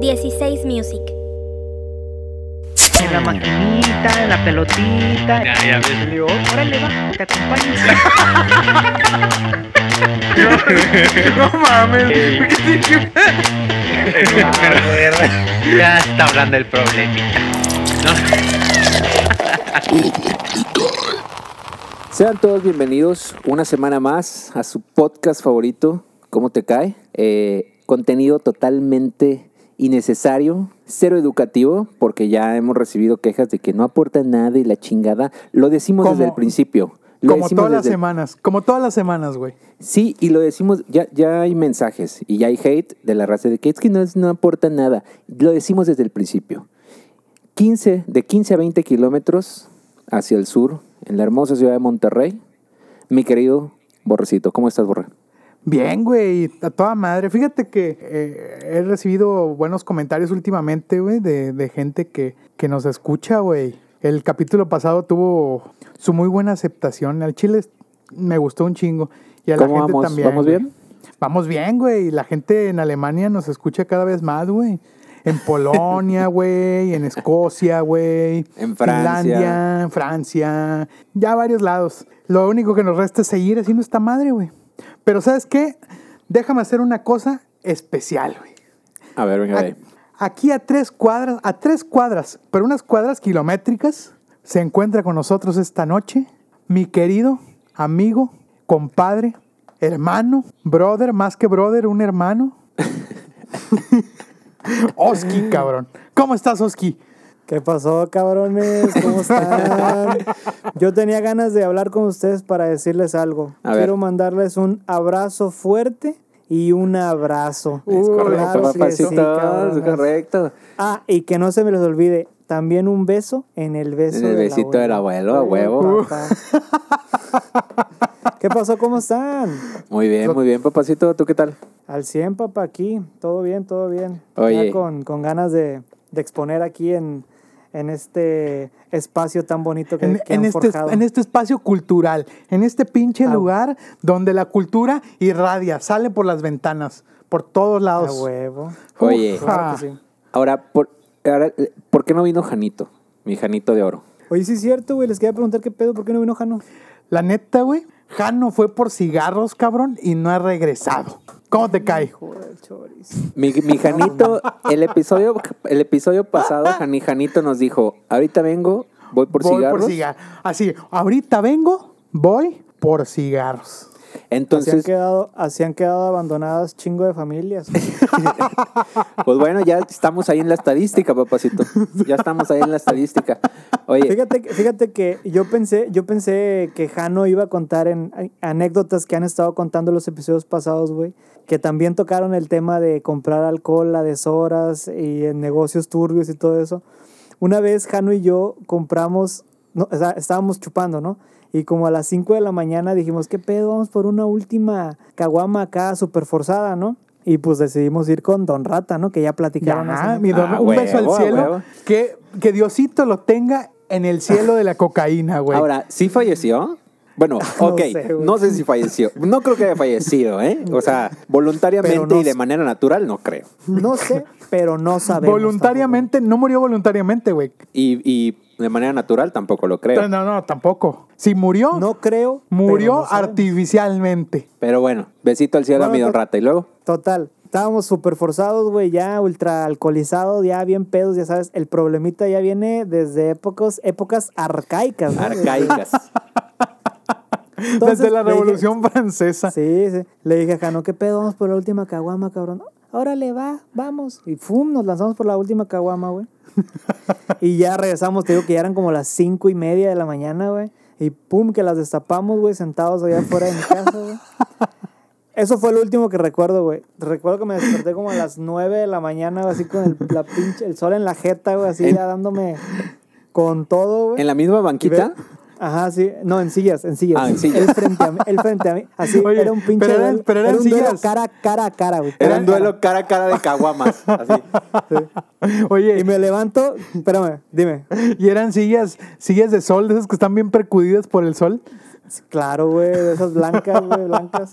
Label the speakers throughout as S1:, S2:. S1: 16 Music.
S2: En la maquinita, en la pelotita.
S3: Ya, ya ves.
S2: Le digo, órale, va, te acompaño. no, no mames.
S3: Ey. Ya está hablando el problemita.
S4: Sean todos bienvenidos una semana más a su podcast favorito, ¿Cómo te cae? Eh, contenido totalmente innecesario, cero educativo, porque ya hemos recibido quejas de que no aporta nada y la chingada. Lo decimos
S5: Como-
S4: desde el principio. Lo
S5: Como
S4: decimos
S5: todas las
S4: desde el-
S5: semanas, como todas las semanas, güey.
S4: Sí, y lo decimos, ya, ya hay mensajes y ya hay hate de la raza de que es que no, es- no aporta nada. Lo decimos desde el principio. 15, de 15 a 20 kilómetros hacia el sur, en la hermosa ciudad de Monterrey, mi querido Borrecito. ¿Cómo estás, Borre?
S5: Bien, güey, a toda madre. Fíjate que eh, he recibido buenos comentarios últimamente, güey, de, de gente que, que nos escucha, güey. El capítulo pasado tuvo su muy buena aceptación. Al Chile me gustó un chingo. Y a
S4: ¿Cómo
S5: la gente
S4: vamos?
S5: también.
S4: ¿Vamos
S5: güey.
S4: bien?
S5: Vamos bien, güey. La gente en Alemania nos escucha cada vez más, güey. En Polonia, güey, en Escocia, güey.
S4: En Francia.
S5: Finlandia, Francia. Ya varios lados. Lo único que nos resta es seguir haciendo esta madre, güey. Pero ¿sabes qué? Déjame hacer una cosa especial, güey.
S4: A ver, venga,
S5: A- Aquí a tres cuadras, a tres cuadras, pero unas cuadras kilométricas, se encuentra con nosotros esta noche mi querido amigo, compadre, hermano, brother, más que brother, un hermano. Oski, cabrón. ¿Cómo estás, Oski?
S6: ¿Qué pasó, cabrones? ¿Cómo están? Yo tenía ganas de hablar con ustedes para decirles algo.
S4: A ver.
S6: Quiero mandarles un abrazo fuerte y un abrazo.
S4: Es correcto,
S6: claro que
S4: papacito.
S6: uh, sí,
S4: es
S6: cabrones.
S4: correcto.
S6: Ah, y que no se me les olvide, también un beso en el beso
S4: En el
S6: del
S4: besito del abuelo, a huevo.
S6: papá. ¿Qué pasó? ¿Cómo están?
S4: Muy bien, muy bien, papacito. ¿Tú qué tal?
S6: Al 100, papá, aquí. Todo bien, todo bien.
S4: Oye.
S6: Ya con, con ganas de, de exponer aquí en, en este espacio tan bonito que,
S5: En,
S6: que
S5: en
S6: han
S5: este,
S6: forjado.
S5: en este espacio cultural, en este pinche
S6: Ah.
S5: lugar donde la cultura irradia, sale por las ventanas, por todos
S6: A
S5: lados.
S6: huevo.
S4: Oye,
S6: Claro que sí.
S4: ahora, por, ahora, eh, ¿por qué no vino Janito? Mi Janito de oro.
S6: Oye, sí es cierto, güey. Les quería preguntar qué pedo, ¿por qué no vino Jano?
S5: La neta, güey, Jano fue por cigarros, cabrón, y no ha regresado. ¿Cómo te cae?
S6: Joder, choris.
S4: Mi, mi Janito, el episodio, el episodio pasado, Jani- Janito nos dijo, ahorita vengo, voy por
S5: voy
S4: cigarros.
S5: por cigarros. Así, ahorita vengo, voy por cigarros.
S6: Así han,
S4: Entonces,
S6: quedado, así han quedado abandonadas chingo de familias. güey.
S4: pues bueno, ya estamos ahí en la estadística, papacito. Ya estamos ahí en la estadística. Oye,
S6: Fíjate, que- fíjate que yo pensé, yo pensé que Jano iba a contar en a- anécdotas que han estado contando los episodios pasados, güey, que también tocaron el tema de comprar alcohol a deshoras y en negocios turbios y todo eso. Una vez Jano y yo compramos, no, o sea, estábamos chupando, ¿no? Y como a las 5 de la mañana dijimos, ¿qué pedo? Vamos por una última caguama acá súper forzada, ¿no? Y pues decidimos ir con Don Rata, ¿no? Que ya platicaron.
S5: Ya,
S6: hace-
S5: mi don-
S4: Ah,
S5: un
S4: huevo,
S5: beso al
S4: huevo.
S5: cielo. Que, que Diosito lo tenga en el cielo de la cocaína, güey.
S4: ahora, ¿sí falleció? Bueno,
S6: No
S4: ok,
S6: sé, güey.
S4: no sé si falleció. No creo que haya fallecido, ¿eh? O sea, voluntariamente
S6: Pero no
S4: y de
S6: sé.
S4: manera natural, no creo.
S6: No sé, pero no sabemos.
S5: voluntariamente, no murió voluntariamente, güey.
S4: Y, y de manera natural tampoco lo
S5: No,
S4: creo.
S5: no, no, tampoco. Si murió,
S6: tampoco. No creo. pero
S5: murió
S6: no sabemos.
S5: artificialmente.
S4: Pero bueno, besito al cielo a
S6: Bueno, pues-
S4: mi don
S6: to-
S4: rata. Y luego,
S6: Total. Estábamos súper forzados, güey, ya ultra alcoholizados, ya bien pedos, ya sabes. El problemita ya viene desde épocas, épocas arcaicas, ¿no?
S4: arcaicas.
S6: Entonces,
S5: Desde la
S6: le dije-
S5: Revolución Francesa.
S6: Sí, sí. Le dije a Jano, ¿qué pedo? Vamos por la última caguama, cabrón. Órale, va, vamos. Y fum, nos lanzamos por la última caguama, güey. y ya regresamos, te digo que ya eran como las cinco y media de la mañana, güey. Y pum, que las destapamos, güey, sentados allá afuera de mi casa, güey. Eso fue lo último que recuerdo, güey. Recuerdo que me desperté como a las nueve de la mañana, güey, así con el, la pinche, el sol en la jeta, güey, así
S4: En-
S6: ya dándome con todo, güey.
S4: ¿En la misma
S6: Y ve-
S4: banquita?
S6: Ajá, sí. No, en sillas, en sillas.
S4: Ah, en sillas.
S6: Él frente a mí. él frente a mí. Así
S5: Oye,
S6: era un pinche.
S5: pero eran-
S6: duelo-
S5: pero eran
S6: un duelo
S5: sillas.
S6: cara, cara, cara, güey.
S4: Era
S6: cara,
S4: un duelo cara a cara de caguamas. Así.
S5: Oye,
S6: cara. Y me levanto. Espérame, dime.
S5: Y eran sillas, sillas de sol, de esas que están bien percudidas por el sol.
S6: Claro, güey. de Esas blancas, güey, blancas.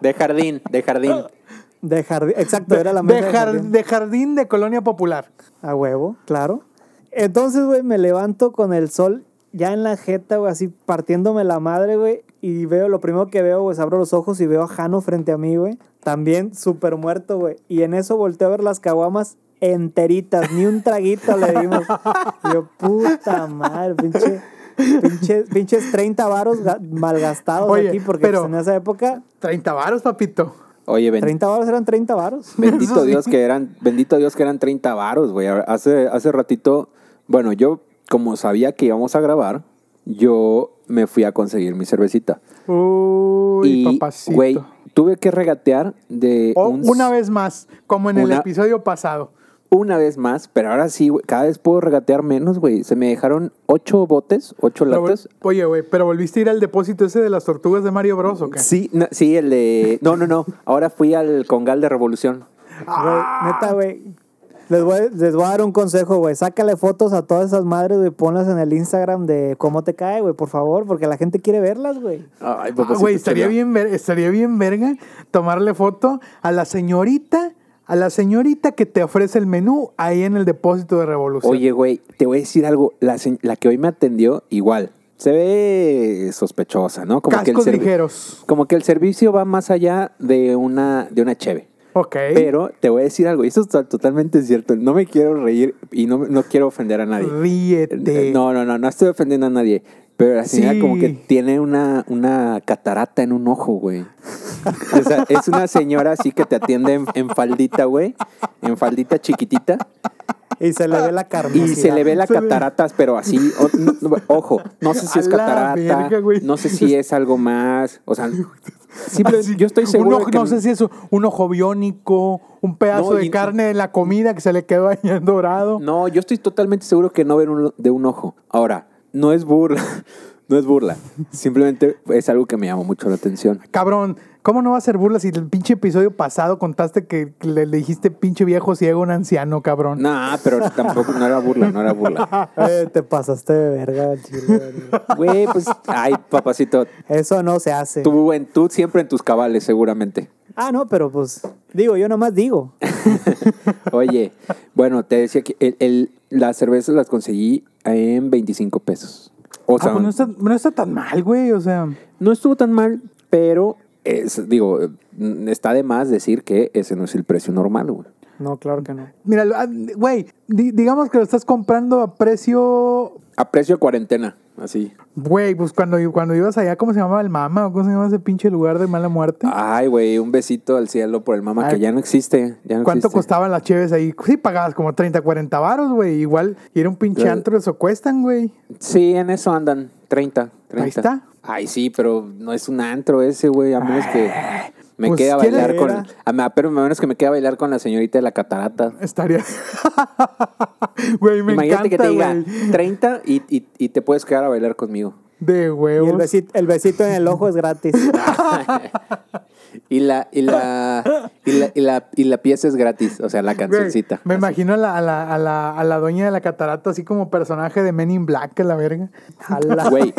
S4: De jardín, de jardín.
S6: De jardín, exacto, era la
S5: de,
S6: mesa de
S5: jar-
S6: jardín.
S5: de jardín de colonia popular.
S6: A huevo, claro. Entonces, güey, me levanto con el sol ya en la jeta, güey, así partiéndome la madre, güey. Y veo, lo primero que veo, pues abro los ojos y veo a Jano frente a mí, güey. También súper muerto, güey. Y en eso volteo a ver las caguamas enteritas, ni un traguito le dimos. Y yo, puta madre, pinche. Pinches, pinches 30 varos ga- malgastados
S5: Oye,
S6: aquí, porque
S5: pero-
S6: pues, en esa época
S5: 30 varos, papito.
S4: Oye, ben-
S6: 30 varos eran 30 varos.
S4: Bendito
S5: Eso sí.
S4: Dios que eran, bendito Dios que eran 30 varos, güey. Ahora, Hace, hace ratito, bueno, yo como sabía que íbamos a grabar, yo me fui a conseguir mi cervecita.
S5: Uy,
S4: y,
S5: papacito.
S4: güey, tuve que regatear de
S5: O
S4: un-
S5: una vez más, como en el
S4: una-
S5: episodio pasado.
S4: una vez más, pero ahora sí, güey, cada vez puedo regatear menos, güey. Se me dejaron ocho botes, ocho
S5: Pero vol-
S4: latas.
S5: oye, güey, pero volviste a ir al depósito ese de las tortugas de Mario Bros, ¿o qué?
S4: Sí, no, sí, el de... No, no, no. Ahora fui al Congal de Revolución.
S6: Güey, neta, güey. Les voy, a- les voy a dar un consejo, güey. Sácale fotos a todas esas madres, güey. Ponlas en el Instagram de cómo te cae, güey, por favor, porque la gente quiere verlas, güey.
S4: Ay,
S5: Ah,
S4: papacito
S5: güey, estaría
S4: chulo.
S5: bien, ver- estaría bien verga tomarle foto a la señorita, a la señorita que te ofrece el menú ahí en el depósito de Revolución.
S4: Oye, güey, te voy a decir algo. La, se- la que hoy me atendió, igual. Se ve sospechosa, ¿no?
S5: Cascos
S4: servi-
S5: ligeros.
S4: Como que el servicio va más allá de una, de una cheve.
S5: ok.
S4: Pero te voy a decir algo, y eso es to- totalmente cierto. No me quiero reír y no, no quiero ofender a nadie. Eh,
S5: Ríete.
S4: No, no, no, no estoy ofendiendo a nadie. Pero la señora
S5: Sí.
S4: como que tiene una, una catarata en un ojo, güey. O sea, es una señora así que te atiende en, en faldita, güey. En faldita chiquitita.
S6: Y se le ve la carne.
S4: Y se le ve la
S5: Se ve-
S4: cataratas, pero así, o- no, no, ojo, no sé si
S5: A
S4: es
S5: la
S4: catarata,
S5: verga, güey.
S4: no sé si es algo más, o sea, simple-
S5: Así,
S4: yo estoy
S5: un
S4: seguro de
S5: ojo-
S4: que
S5: no sé si es un- un ojo biónico, un pedazo
S4: No,
S5: de
S4: y-
S5: carne de la comida que se le quedó ahí en dorado.
S4: No, yo estoy totalmente seguro que no ven un- de un ojo. Ahora, no es burla, no es burla. Simplemente es algo que me llamó mucho la atención.
S5: Cabrón, ¿cómo no va a ser burla si el pinche episodio pasado contaste que le, le dijiste pinche viejo ciego a un anciano, cabrón? Ah,
S4: Nah, pero tampoco, no era burla, no era burla.
S6: Eh, te pasaste de verga, al chile, güey.
S4: Güey, pues, ay, papacito,
S6: Eso no se hace.
S4: tú, en, tú siempre en tus cabales, seguramente.
S6: Ah, no, pero pues, digo, yo nomás digo.
S4: Oye, bueno, te decía que el- el- las cervezas las conseguí en 25 pesos. O
S5: Ah,
S4: sea,
S5: pues no, está, no está tan mal, güey, o sea...
S4: no estuvo tan mal, pero es, digo, mm, está de más decir que ese no es el precio normal, güey.
S6: No, claro que no.
S5: Mira, lo- ah, güey, di- digamos que lo estás comprando a precio.
S4: A precio de cuarentena, así.
S5: Güey, pues cuando, cuando ibas allá, ¿cómo se llamaba el mama? ¿O ¿Cómo se llama ese pinche lugar de mala muerte?
S4: Ay, güey, un besito al cielo por el mamá
S5: Ay.
S4: que ya no existe. ya no
S5: ¿Cuánto
S4: existe.
S5: costaban las cheves ahí? Sí, pagabas como 30, 40 varos, güey. Igual ir a un pinche
S4: Claro.
S5: antro, eso cuestan, güey.
S4: Sí, en eso andan, 30, 30.
S5: Ahí está.
S4: Ay, sí, pero no es un antro ese, güey, a menos que me
S5: Pues,
S4: quede a
S5: ¿quién
S4: bailar
S5: era?
S4: con... a me- pero a menos que me quede a bailar con la señorita de la catarata.
S5: Estaría. Güey, me
S4: Imagínate que
S5: encanta,
S4: te diga
S5: güey.
S4: 30 y, y- y te puedes quedar a bailar conmigo.
S5: De
S6: Y el
S5: huevos.
S6: besito, el besito en el ojo es gratis.
S4: Y la, y la, y la, y la, y la pieza es gratis, o sea, la
S5: Güey,
S4: cancioncita.
S5: me
S4: Así.
S5: imagino a la, a, la, a, la, a la doña de la catarata así como personaje de Men in Black, a la verga.
S6: A la-
S4: Güey,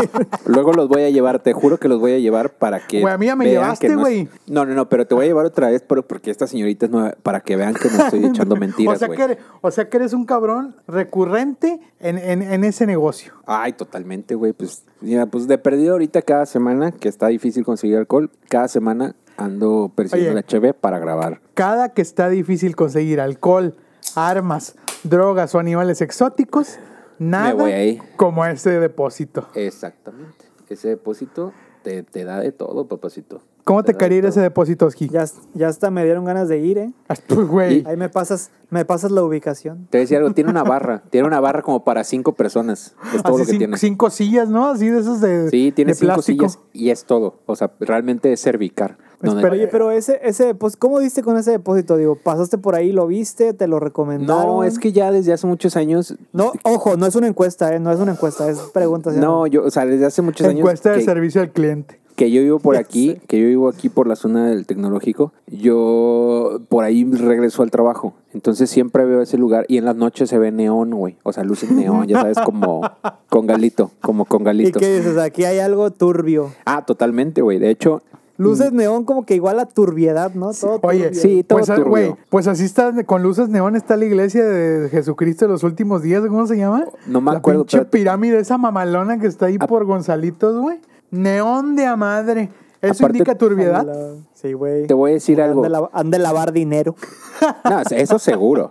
S4: luego los voy a llevar, te juro que los voy a llevar para que.
S5: Güey, a mí ya me
S4: vean
S5: llevaste,
S4: que no es-
S5: güey.
S4: No, no, no, pero te voy a llevar otra vez por- porque esta señorita es nueva, para que vean que no estoy echando mentiras,
S5: o, sea
S4: güey.
S5: que eres, o sea que eres un cabrón recurrente en, en- en ese negocio.
S4: Ay, totalmente, güey. Pues, mira, pues de perdido ahorita cada semana, que está difícil conseguir alcohol, cada semana ando persiguiendo
S5: Oye.
S4: la cheve para grabar.
S5: Cada que está difícil conseguir alcohol, armas, drogas o animales exóticos, nada
S4: voy ahí.
S5: como ese depósito.
S4: Exactamente. Ese depósito te, te da de todo, papacito.
S5: ¿Cómo te
S4: da
S5: quería
S4: de
S5: ir a ese
S4: todo.
S5: depósito, Oski?
S6: ya, ya hasta me dieron ganas de ir, ¿eh?
S5: Ay, pues, güey.
S6: Ahí me pasas, me pasas la ubicación.
S4: Te decía algo, tiene una barra, tiene una barra como para cinco personas. Es todo
S5: Así
S4: lo que
S5: cin-
S4: tiene.
S5: cinco sillas, ¿no? Así de esos de,
S4: Sí, tiene
S5: de
S4: cinco
S5: plástico.
S4: sillas y es todo. O sea, realmente es cervicar. Donde-
S5: Espera,
S6: Oye, pero ese, ese depósito, ¿cómo diste con ese depósito? Digo, pasaste por ahí, lo viste, te lo recomendaron.
S4: no, es que ya desde hace muchos años.
S6: No, ojo, no es una encuesta, ¿eh? No es una encuesta, es preguntas.
S4: No, yo, o sea, desde hace muchos
S5: Encuesta de
S4: años. Que,
S5: servicio al cliente.
S4: que yo vivo por
S6: Ya
S4: aquí,
S6: sé.
S4: que yo vivo aquí por la zona del tecnológico, yo por ahí regreso al trabajo. Entonces siempre veo ese lugar y en las noches se ve neón, güey. O sea, luces neón, ya sabes, como con galito, como con
S6: ¿Y
S4: galito.
S6: qué dices? Aquí hay algo turbio.
S4: Ah, totalmente, güey. De hecho,
S6: Luces neón como que igual la turbiedad, ¿no? Todo
S5: Oye,
S6: turbio.
S4: sí, todo
S5: pues, ah,
S4: turbio.
S5: güey, pues así está, con luces neón está la iglesia de Jesucristo de los últimos días, ¿cómo se llama?
S4: No me
S5: la
S4: acuerdo,
S5: pinche
S4: pero- Ah.
S5: pirámide, esa mamalona que está ahí por Gonzalitos, güey. Neón de a madre. ¿Eso
S4: Aparte-
S5: indica turbiedad?
S6: Ala. Sí, güey.
S4: Te voy a decir
S6: Han
S4: algo.
S6: de la- Han de lavar dinero.
S4: No, eso seguro.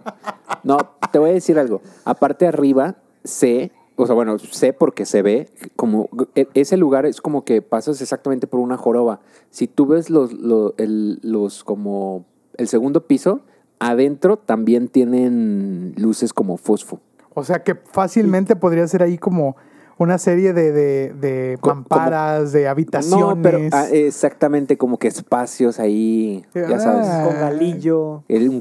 S4: No, te voy a decir algo. Aparte arriba, sé, o sea, bueno, sé porque se ve como e- ese lugar es como que pasas exactamente por una joroba. Si tú ves los, lo- el- los como el segundo piso, adentro también tienen luces como fosfo.
S5: O sea que fácilmente podría ser ahí como una serie de, de, de
S4: Co-
S5: mamparas, de habitaciones.
S4: No, pero ah, exactamente como que espacios ahí, ya sabes.
S5: Ah.
S6: Con galillo.
S4: el- un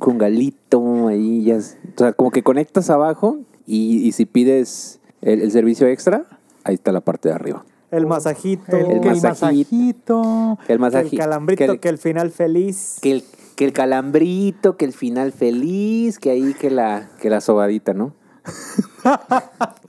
S4: congalito ahí, ya. es- O sea, como que conectas abajo y, y si pides el, el servicio extra, ahí está la parte de arriba.
S6: El masajito.
S5: el,
S4: el
S5: que el
S4: masajito.
S5: masajito.
S4: Que el masaje.
S6: el calambrito, que el,
S4: Que el,
S6: final feliz.
S4: que el, que el calambrito, que el final feliz, que ahí que la, que la sobadita, ¿no?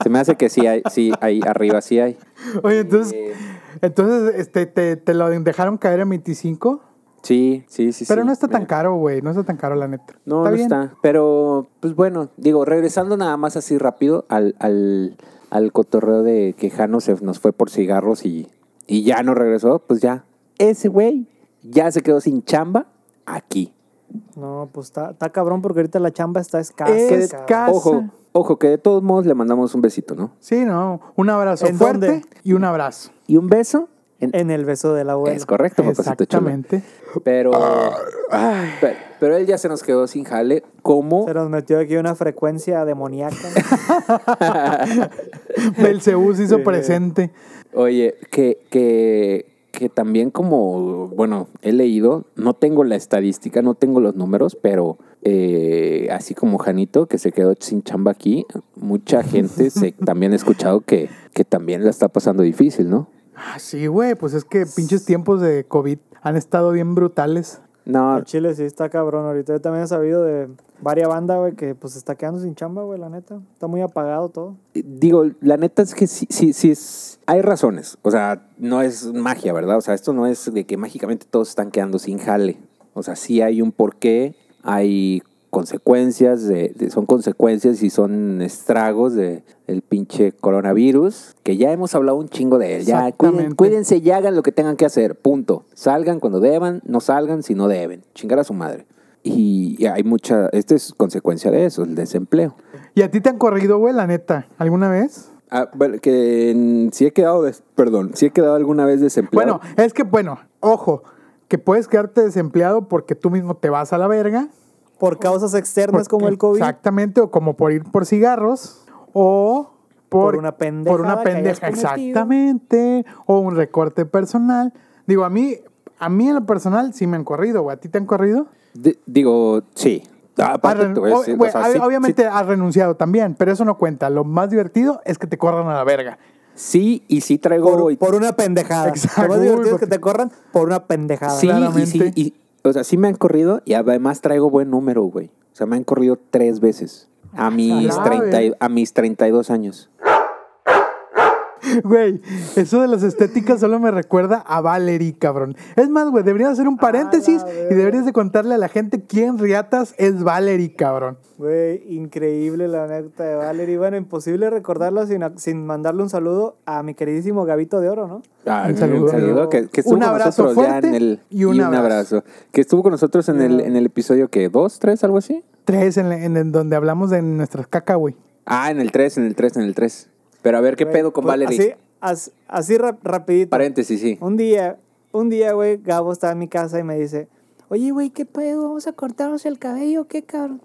S4: Se me hace que sí hay, sí, ahí arriba sí hay.
S5: Oye, entonces,
S4: Eh.
S5: entonces este, te, te lo dejaron caer en 25,
S4: Sí, sí, sí.
S5: pero
S4: sí.
S5: no está tan
S4: Mira.
S5: caro, güey, no está tan caro la neta.
S4: No, no está. Pero, pues bueno, digo, regresando nada más así rápido al, al, al cotorreo de que Jano se nos fue por cigarros y, y ya no regresó, pues ya. Ese güey ya se quedó sin chamba aquí.
S6: No, pues está, está cabrón porque ahorita la chamba está escasa.
S5: Es ca-
S6: cabrón.
S5: Casa.
S4: Ah, Ojo, ojo, que de todos modos le mandamos un besito, ¿no?
S5: Sí, no, un abrazo
S6: ¿En
S5: fuerte
S6: dónde?
S5: y un abrazo.
S4: Y un beso. en-
S6: En el beso de la abuela.
S4: es correcto, papacito chulo.
S5: Exactamente.
S4: Pero, pero, pero él ya se nos quedó sin jale. ¿Cómo?
S6: Se nos metió aquí una frecuencia demoníaca.
S5: Belcebú se hizo
S6: Sí.
S5: presente.
S4: Oye, que, que, que también como, bueno, he leído, no tengo la estadística, no tengo los números, pero eh, así como Janito, que se quedó sin chamba aquí, mucha gente se, también he escuchado que, que también la está pasando difícil, ¿no?
S5: Ah, sí, güey, pues es que pinches tiempos de COVID han estado bien brutales.
S4: No,
S6: El Ah, Chile sí está cabrón ahorita. Yo también he sabido de varias bandas, güey, que pues está quedando sin chamba, güey, la neta. Está muy apagado todo.
S4: digo, la neta es que sí, sí, sí es, hay razones, o sea, no es magia, ¿verdad? O sea, esto no es de que mágicamente todos están quedando sin jale, o sea, sí hay un porqué, hay consecuencias, de, de- son consecuencias y son estragos de el pinche coronavirus, que ya hemos hablado un chingo de él, ya cuiden-
S5: Exactamente.
S4: cuídense y hagan lo que tengan que hacer, punto, salgan cuando deban, no salgan si no deben, chingar a su madre. Y y hay mucha, esta es consecuencia de eso, el desempleo.
S5: ¿Y a ti te han corrido, güey, la neta, alguna vez?
S4: Ah, bueno, que en- si he quedado, des- perdón, si he quedado alguna vez desempleado.
S5: Bueno, es que, bueno, ojo, que puedes quedarte desempleado porque tú mismo te vas a la verga.
S4: Oh,
S6: Por causas externas como el COVID.
S5: Pues, Exactamente, o como por ir por cigarros, o por,
S6: Por una pendejada
S5: Por una
S6: que hayas
S5: pendeja,
S6: cometido.
S5: exactamente, o un recorte personal. Digo, a mí, a mí en lo personal sí me han corrido, güey. ¿A ti te han corrido?
S4: Di- digo, sí. Ah, aparte
S5: Ah,
S4: te voy a
S5: o-
S4: decir,
S5: güey,
S4: o sea,
S5: ob-
S4: sí-
S5: obviamente has renunciado también, pero eso no cuenta. Lo más divertido es que te corran a la verga.
S4: Sí, y sí traigo.
S6: Por,
S4: y-
S6: por una pendejada.
S5: Exacto.
S6: Lo más divertido es que
S5: Uy,
S6: te corran por una pendejada.
S4: sí, y
S5: claramente.
S4: sí, y- o sea, sí me han corrido y además traigo buen número, güey. O sea, me han corrido tres veces.
S5: Ah,
S4: A mis,
S5: Salado,
S4: 30, y-
S5: eh.
S4: a mis 32 años.
S5: Güey, eso de las estéticas solo me recuerda a Valerie, cabrón. Es más, güey, deberías hacer un paréntesis y deberías de contarle a la gente quién riatas es Valerie, cabrón.
S6: Güey, increíble la anécdota de Valerie. Bueno, imposible recordarla sin, sin mandarle un saludo a mi queridísimo Gabito de Oro, ¿no?
S4: Ah,
S5: Un saludo.
S4: que, que estuvo
S5: Un
S4: con
S5: abrazo
S4: nosotros ya
S5: fuerte
S4: en el.
S5: y un abrazo.
S4: Que estuvo con nosotros en el, en el episodio que, ¿dos, tres, algo así?
S5: Tres, en, la- en- en donde hablamos de nuestras caca, güey.
S4: Ah, en el 3, en el 3, en el 3. Pero a ver qué
S6: Güey,
S4: pedo con
S6: pues,
S4: Valerie.
S6: Así, as- así rap- rapidito.
S4: Paréntesis, sí.
S6: Un día, un día, güey, Gabo estaba en mi casa y me dice, oye, güey, ¿qué pedo? ¿Vamos a cortarnos el cabello? o ¿Qué cabrón?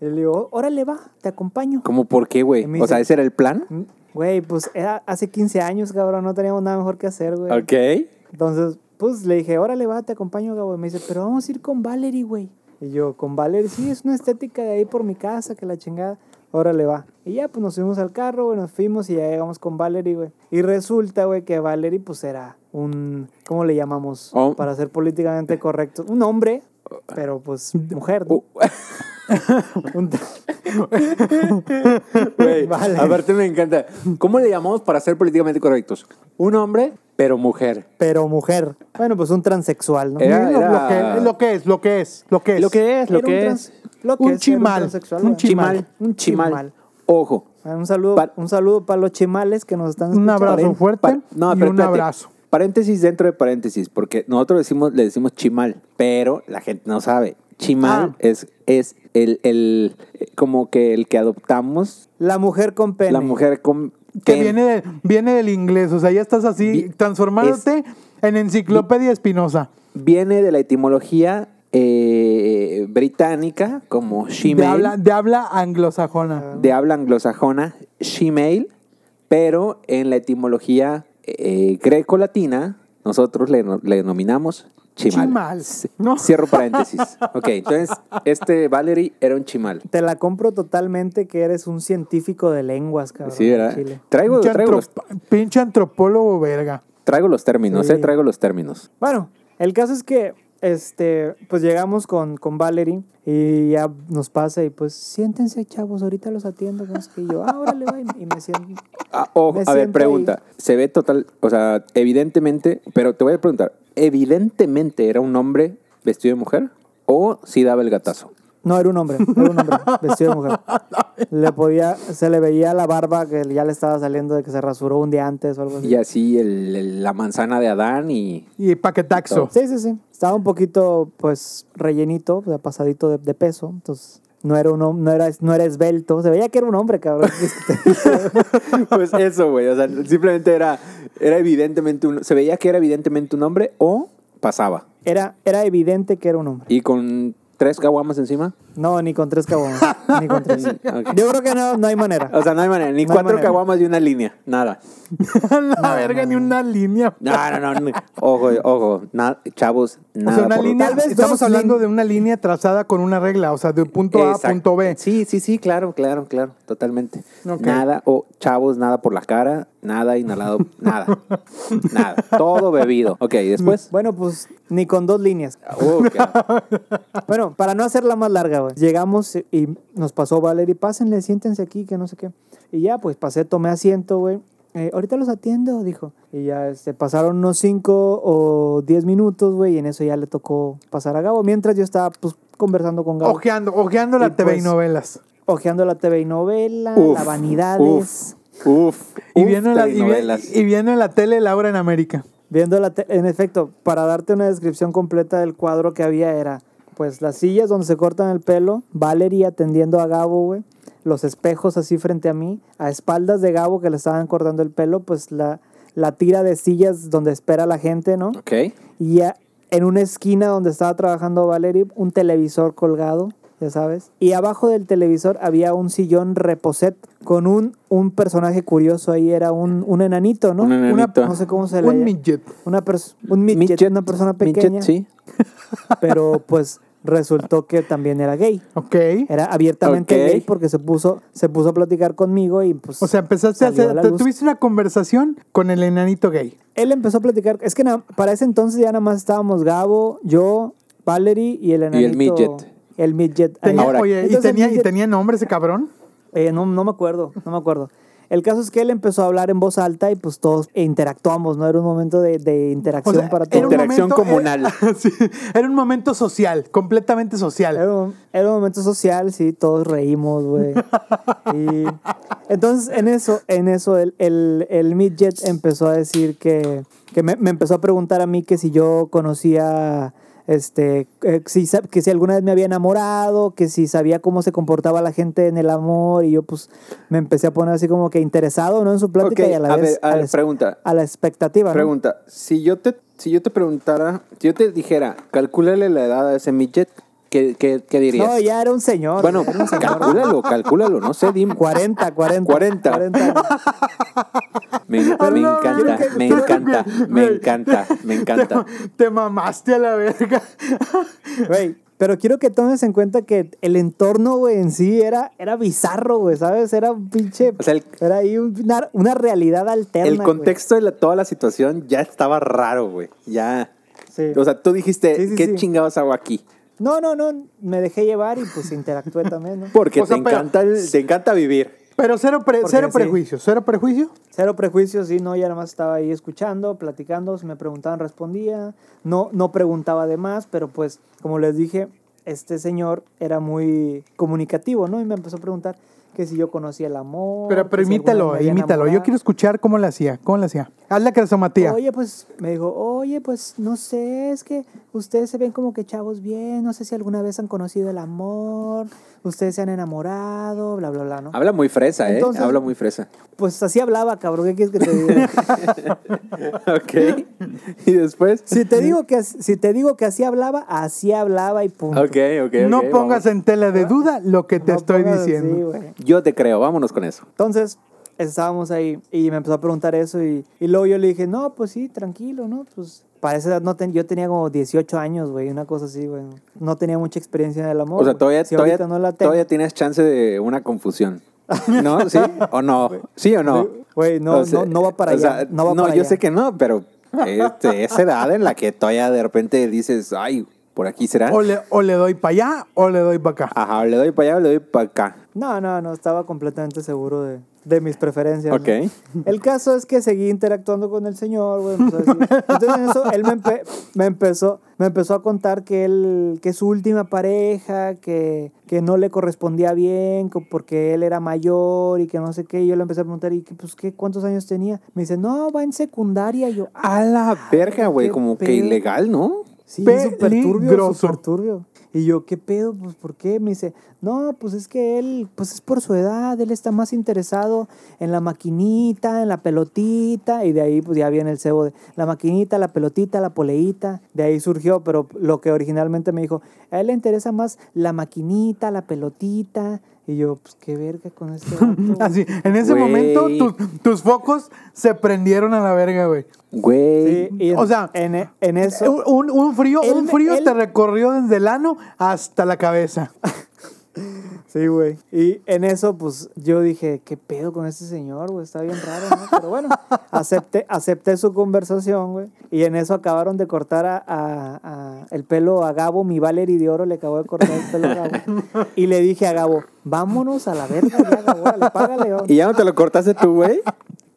S6: Y le digo, órale, va, te acompaño.
S4: ¿Cómo por qué, güey?
S6: Y me
S4: O sea,
S6: dice-
S4: ese era el plan.
S6: Mm, Güey, pues era hace 15 años, cabrón, no teníamos nada mejor que hacer, güey.
S4: Ok.
S6: Entonces, pues le dije, órale, va, te acompaño, Gabo. Y me dice, pero vamos a ir con Valerie, güey. Y yo, con Valerie, sí, es una estética de ahí por mi casa, que la chingada. Órale, va. Y ya, pues nos subimos al carro, güey, nos fuimos y ya llegamos con Valerie, güey. Y resulta, güey, que Valerie, pues era un, ¿cómo le llamamos?
S4: Oh.
S6: Para ser políticamente
S4: Uh.
S6: correcto. Un hombre, pero pues mujer, ¿no?
S4: Oh.
S6: Un-
S4: Güey,
S6: Vale.
S4: aparte me encanta. ¿Cómo le llamamos para ser políticamente correctos? Un hombre, pero mujer.
S6: Pero mujer. Bueno, pues un transexual, ¿no?
S4: Era-
S5: Miren lo, lo que, lo que es, lo que es, lo que es.
S4: Lo que es, lo
S6: Era un
S4: que
S6: trans-
S4: es.
S6: lo que
S5: Un
S6: es ser
S5: chimal,
S6: transexual,
S5: un
S6: güey.
S4: Chimal.
S6: Un chimal.
S4: Ojo.
S6: Ah, Un saludo,
S4: Pa-
S6: un saludo para los chimales que nos están
S5: Un
S6: escuchando.
S5: abrazo.
S4: Paren-
S5: fuerte
S4: par- no,
S5: y
S4: pero
S5: un
S4: espérate.
S5: abrazo.
S4: Paréntesis dentro de paréntesis, porque nosotros decimos, le decimos chimal, pero la gente no sabe. Chimal
S5: Ah.
S4: es, es el, el, como que el que adoptamos
S6: La mujer con pene.
S4: la mujer con
S5: Que
S4: pen-
S5: viene, de- viene del inglés, o sea, ya estás así
S4: Vi-
S5: transformándote en enciclopedia espinosa.
S4: viene de la etimología eh, británica como
S5: De
S4: shemale,
S5: habla, de habla anglosajona.
S4: de habla anglosajona, shemale, pero en la etimología eh, greco-latina nosotros le, no- le denominamos chimal.
S5: Chimal.
S4: C-
S5: No.
S4: Cierro paréntesis. ok, entonces este Valery era un chimal.
S6: Te la compro totalmente que eres un científico de lenguas, cabrón.
S4: Sí, ¿verdad?
S6: Chile.
S4: Traigo,
S5: Pinche,
S4: traigo, los,
S5: antrop- pinche antropólogo verga.
S4: traigo los términos,
S6: Sí.
S4: eh, traigo los términos.
S6: Bueno, el caso es que este, pues llegamos con, con Valerie y ya nos pasa y pues siéntense chavos, ahorita los atiendo. que no sé qué. Y yo, ah, órale, va", y- y me siento.
S4: Ah, ojo,
S6: Me
S4: a ver,
S6: siento
S4: pregunta. Se ve total, o sea, evidentemente, pero te voy a preguntar, ¿evidentemente era un hombre vestido de mujer o si daba el gatazo?
S6: No, era un hombre, era un hombre, vestido de mujer. Le podía, se le veía la barba que ya le estaba saliendo de que se rasuró un día antes o algo así.
S4: Y así el- el- la manzana de Adán y...
S5: Y paquetaxo.
S6: Sí, sí, sí. Estaba un poquito, pues, rellenito, o sea, pasadito de, de peso. Entonces, no era, un, hom- no, era, no era esbelto. Se veía que era un hombre, cabrón.
S4: Pues eso, güey, o sea, simplemente era, era evidentemente un... Se veía que era evidentemente un hombre o pasaba.
S6: Era, era evidente que era un hombre.
S4: Y con tres caguamas encima.
S6: No, ni con tres cabones. ni con tres.
S4: Ok.
S6: Yo creo que no, no hay manera.
S4: O sea, no hay manera, ni
S6: No hay
S4: cuatro
S6: manera.
S4: caguamas y una línea, nada.
S5: la verga, ni una línea.
S4: No, no, no, no. ojo, ojo, na- chavos,
S5: O
S4: nada.
S5: sea, una
S4: por-
S5: línea,
S6: Tal vez
S5: estamos
S6: dos
S5: hablando
S6: lin-
S5: de una línea trazada con una regla, o sea, de punto A a
S4: Exacto.
S5: punto B.
S4: Sí, sí, sí, claro, claro, claro, totalmente.
S5: Ok.
S4: Nada, o chavos, nada por la cara, nada inhalado, nada, nada, todo bebido. Ok, ¿y después.
S6: Bueno, pues, ni con dos líneas.
S4: Ok.
S6: Bueno, para no hacerla más larga, güey. Llegamos y nos pasó Valerie, pásenle, siéntense aquí, que no sé qué. Y ya, pues pasé, tomé asiento, güey. Eh, ahorita los atiendo, dijo. Y ya este, pasaron unos 5 o 10 minutos, güey, y en eso ya le tocó pasar a Gabo. Mientras yo estaba, pues, conversando con Gabo.
S5: Ojeando, ojeando la
S6: Y
S5: TV y
S6: pues-
S5: novelas.
S6: Ojeando la TV y novela,
S4: Uf,
S6: la vanidades.
S4: Uf, uf,
S5: Y
S4: uf,
S5: viene, la, y, viene,
S4: telenovelas.
S5: y viene la tele Laura en América.
S6: Viendo la te- en efecto, para darte una descripción completa del cuadro que había era, pues las sillas donde se cortan el pelo, Valerie atendiendo a Gabo, güey, los espejos así frente a mí, a espaldas de Gabo que le estaban cortando el pelo, pues la, la tira de sillas donde espera la gente, ¿no?
S4: Ok.
S6: Y a- en una esquina donde estaba trabajando Valerie, un televisor colgado, ya sabes. Y abajo del televisor había un sillón reposet con un, un personaje curioso ahí, era un, un enanito, ¿no?
S4: Un
S6: Una-
S4: enanito.
S6: no sé cómo se le
S5: Un
S6: llama.
S5: midget.
S6: Una pers- un midget,
S4: Midget,
S6: una persona
S4: midget,
S6: pequeña,
S4: sí.
S6: pero pues resultó que también era gay.
S5: Ok.
S6: Era abiertamente
S4: Ok.
S6: gay porque se puso, se puso a platicar conmigo y pues...
S5: O sea, empezaste a
S6: salió
S5: hacer,
S6: la
S5: te-
S6: luz.
S5: tuviste una conversación con el enanito gay.
S6: Él empezó a platicar, es que na- para ese entonces ya nada más estábamos Gabo, yo, Valerie y el enanito.
S4: midget.
S6: El midget.
S5: Tenía-
S6: Ahí.
S4: Ahora-
S5: oye,
S6: Entonces,
S5: y, tenía,
S6: el
S5: ¿y
S6: midget-
S5: tenía nombre ese cabrón?
S6: eh, no, no me acuerdo, no me acuerdo. El caso es que él empezó a hablar en voz alta y pues todos interactuamos, ¿no? Era un momento de, de
S5: O
S6: interacción
S5: sea,
S6: para
S5: era
S6: todos.
S5: un
S4: Interacción comunal.
S5: Era, sí, era un momento social, completamente social.
S6: Era un, era un momento social, sí, todos reímos, güey. Y entonces en eso, en eso el, el, el midget empezó a decir que, que me, me empezó a preguntar a mí que si yo conocía, este, eh, si, sa- que si alguna vez me había enamorado, que si sabía cómo se comportaba la gente en el amor y yo pues me empecé a poner así como que interesado, ¿no? En su plática
S4: Ok,
S6: y a la
S4: a
S6: vez
S4: ver, a
S6: la
S4: ver,
S6: es-
S4: pregunta.
S6: a la expectativa, ¿no?
S4: Pregunta, si yo te si yo te preguntara, si yo te dijera, calcúlale la edad a ese midget, ¿qué, qué, qué dirías?
S6: No, ya era un señor.
S4: Bueno,
S6: era un señor.
S4: calcúlalo, calcúlalo, no sé, dime.
S6: 40, 40.
S4: 40.
S6: años.
S4: Me, me
S5: Ah, no,
S4: encanta,
S5: creo que-
S4: me
S5: creo que-
S4: encanta, me
S5: güey,
S4: encanta, me encanta.
S5: Te, te mamaste a la verga.
S6: Güey, pero quiero que tomes en cuenta que el entorno, güey, en sí era, era bizarro, güey, ¿sabes? Era un pinche...
S4: O sea, el-
S6: era ahí un- una, una realidad alterna,
S4: El
S6: güey.
S4: contexto de la- toda la situación ya estaba raro, güey. Ya.
S6: Sí.
S4: O sea, tú dijiste,
S6: Sí, sí,
S4: ¿qué
S6: sí.
S4: chingados hago aquí?
S6: No, no, no, me dejé llevar y pues interactué también, ¿no?
S4: Porque
S5: O sea,
S4: te,
S5: pero-
S4: encanta el- te encanta vivir.
S5: Pero cero, pre-
S6: Porque
S5: cero
S6: sí.
S5: prejuicio, cero prejuicio.
S6: Cero prejuicios, sí, no, ya nada más estaba ahí escuchando, platicando, si me preguntaban, respondía, no, no preguntaba de más, pero pues, como les dije, este señor era muy comunicativo, ¿no? Y me empezó a preguntar que si yo conocía el amor.
S5: Pero, pero
S6: que si pues alguna
S5: imítalo,
S6: vez me había
S5: imítalo. Yo
S6: enamorado.
S5: quiero escuchar cómo la hacía, cómo la hacía. Haz la cresomatía.
S6: Oye, pues me dijo, oye, pues no sé, es que ustedes se ven como que chavos bien, no sé si alguna vez han conocido el amor, ustedes se han enamorado, bla, bla, bla, ¿no?
S4: Habla muy fresa, ¿eh?
S6: Entonces-
S4: Habla muy fresa.
S6: Pues así hablaba, cabrón, ¿qué quieres que te diga?
S4: ok. ¿Y después?
S6: si, te digo que, as- si te digo que así hablaba, así hablaba y punto.
S4: Ok, ok.
S5: no
S4: ok,
S5: pongas
S4: vamos.
S5: en tela de duda lo que te
S6: No
S5: estoy
S6: pongas así,
S5: diciendo.
S6: güey.
S4: Yo te creo, vámonos con eso.
S6: Entonces, estábamos ahí y me empezó a preguntar eso y, y luego yo le dije, no, pues sí, tranquilo, ¿no? Pues para esa edad no ten- yo tenía como 18 años, güey, una cosa así, güey. No tenía mucha experiencia en el amor.
S4: O sea,
S6: güey.
S4: todavía,
S6: Si
S4: todavía,
S6: ahorita no la tengo.
S4: todavía tienes chance de una confusión. ¿No? ¿Sí? ¿O no? ¿Sí o no?
S6: Güey, no,
S4: O sea,
S6: no, no va para
S4: o sea,
S6: allá. No va para
S4: yo
S6: allá.
S4: sé que no, pero este, esa edad en la que todavía de repente dices, ay, por aquí será.
S5: O le, o le doy para allá o le doy para acá.
S4: Ajá, le doy para allá o le doy para acá.
S6: No, no, no, estaba completamente seguro de, de mis preferencias. ¿no?
S4: Ok.
S6: El caso es que seguí interactuando con el señor, güey. empezó a decir- Entonces en eso él me, empe- me empezó, me empezó a contar que él, que su última pareja, que, que no le correspondía bien, co- porque él era mayor y que no sé qué. Y yo le empecé a preguntar, ¿y qué, pues, qué, cuántos años tenía? Me dice, no, va en secundaria. Y yo, ah,
S4: A la verga, güey,
S6: qué
S4: como que
S6: pedo.
S4: ilegal, ¿no?
S6: sí, súper turbio,
S5: Peligroso.
S6: súper turbio. Y yo, ¿qué pedo? Pues, ¿por qué? Me dice, no, pues es que él, pues es por su edad, él está más interesado en la maquinita, en la pelotita, y de ahí pues ya viene el cebo de la maquinita, la pelotita, la poleíta, de ahí surgió, pero lo que originalmente me dijo, a él le interesa más la maquinita, la pelotita, y yo, pues qué verga con este vato, güey.
S5: Así, en ese
S4: Güey.
S5: momento tus- tus focos se prendieron a la verga, güey.
S4: Güey.
S6: Sí, y en-
S5: O sea,
S6: en, en eso...
S5: Un, un- un frío,
S6: Él
S5: un
S6: me-
S5: frío
S6: él-
S5: te recorrió desde el ano hasta la cabeza.
S6: Sí, güey. Y en eso, pues, yo dije, ¿qué pedo con este señor, güey? Está bien raro, ¿no? Pero bueno, acepté, acepté su conversación, güey. Y en eso acabaron de cortar a, a- a- el pelo a Gabo, mi Valerie de Oro le acabó de cortar el pelo a Gabo. Y le dije a Gabo, vámonos a la verga ya, Gabo, órale, págale. vamos".
S4: ¿Y ya no te lo cortaste tú, güey?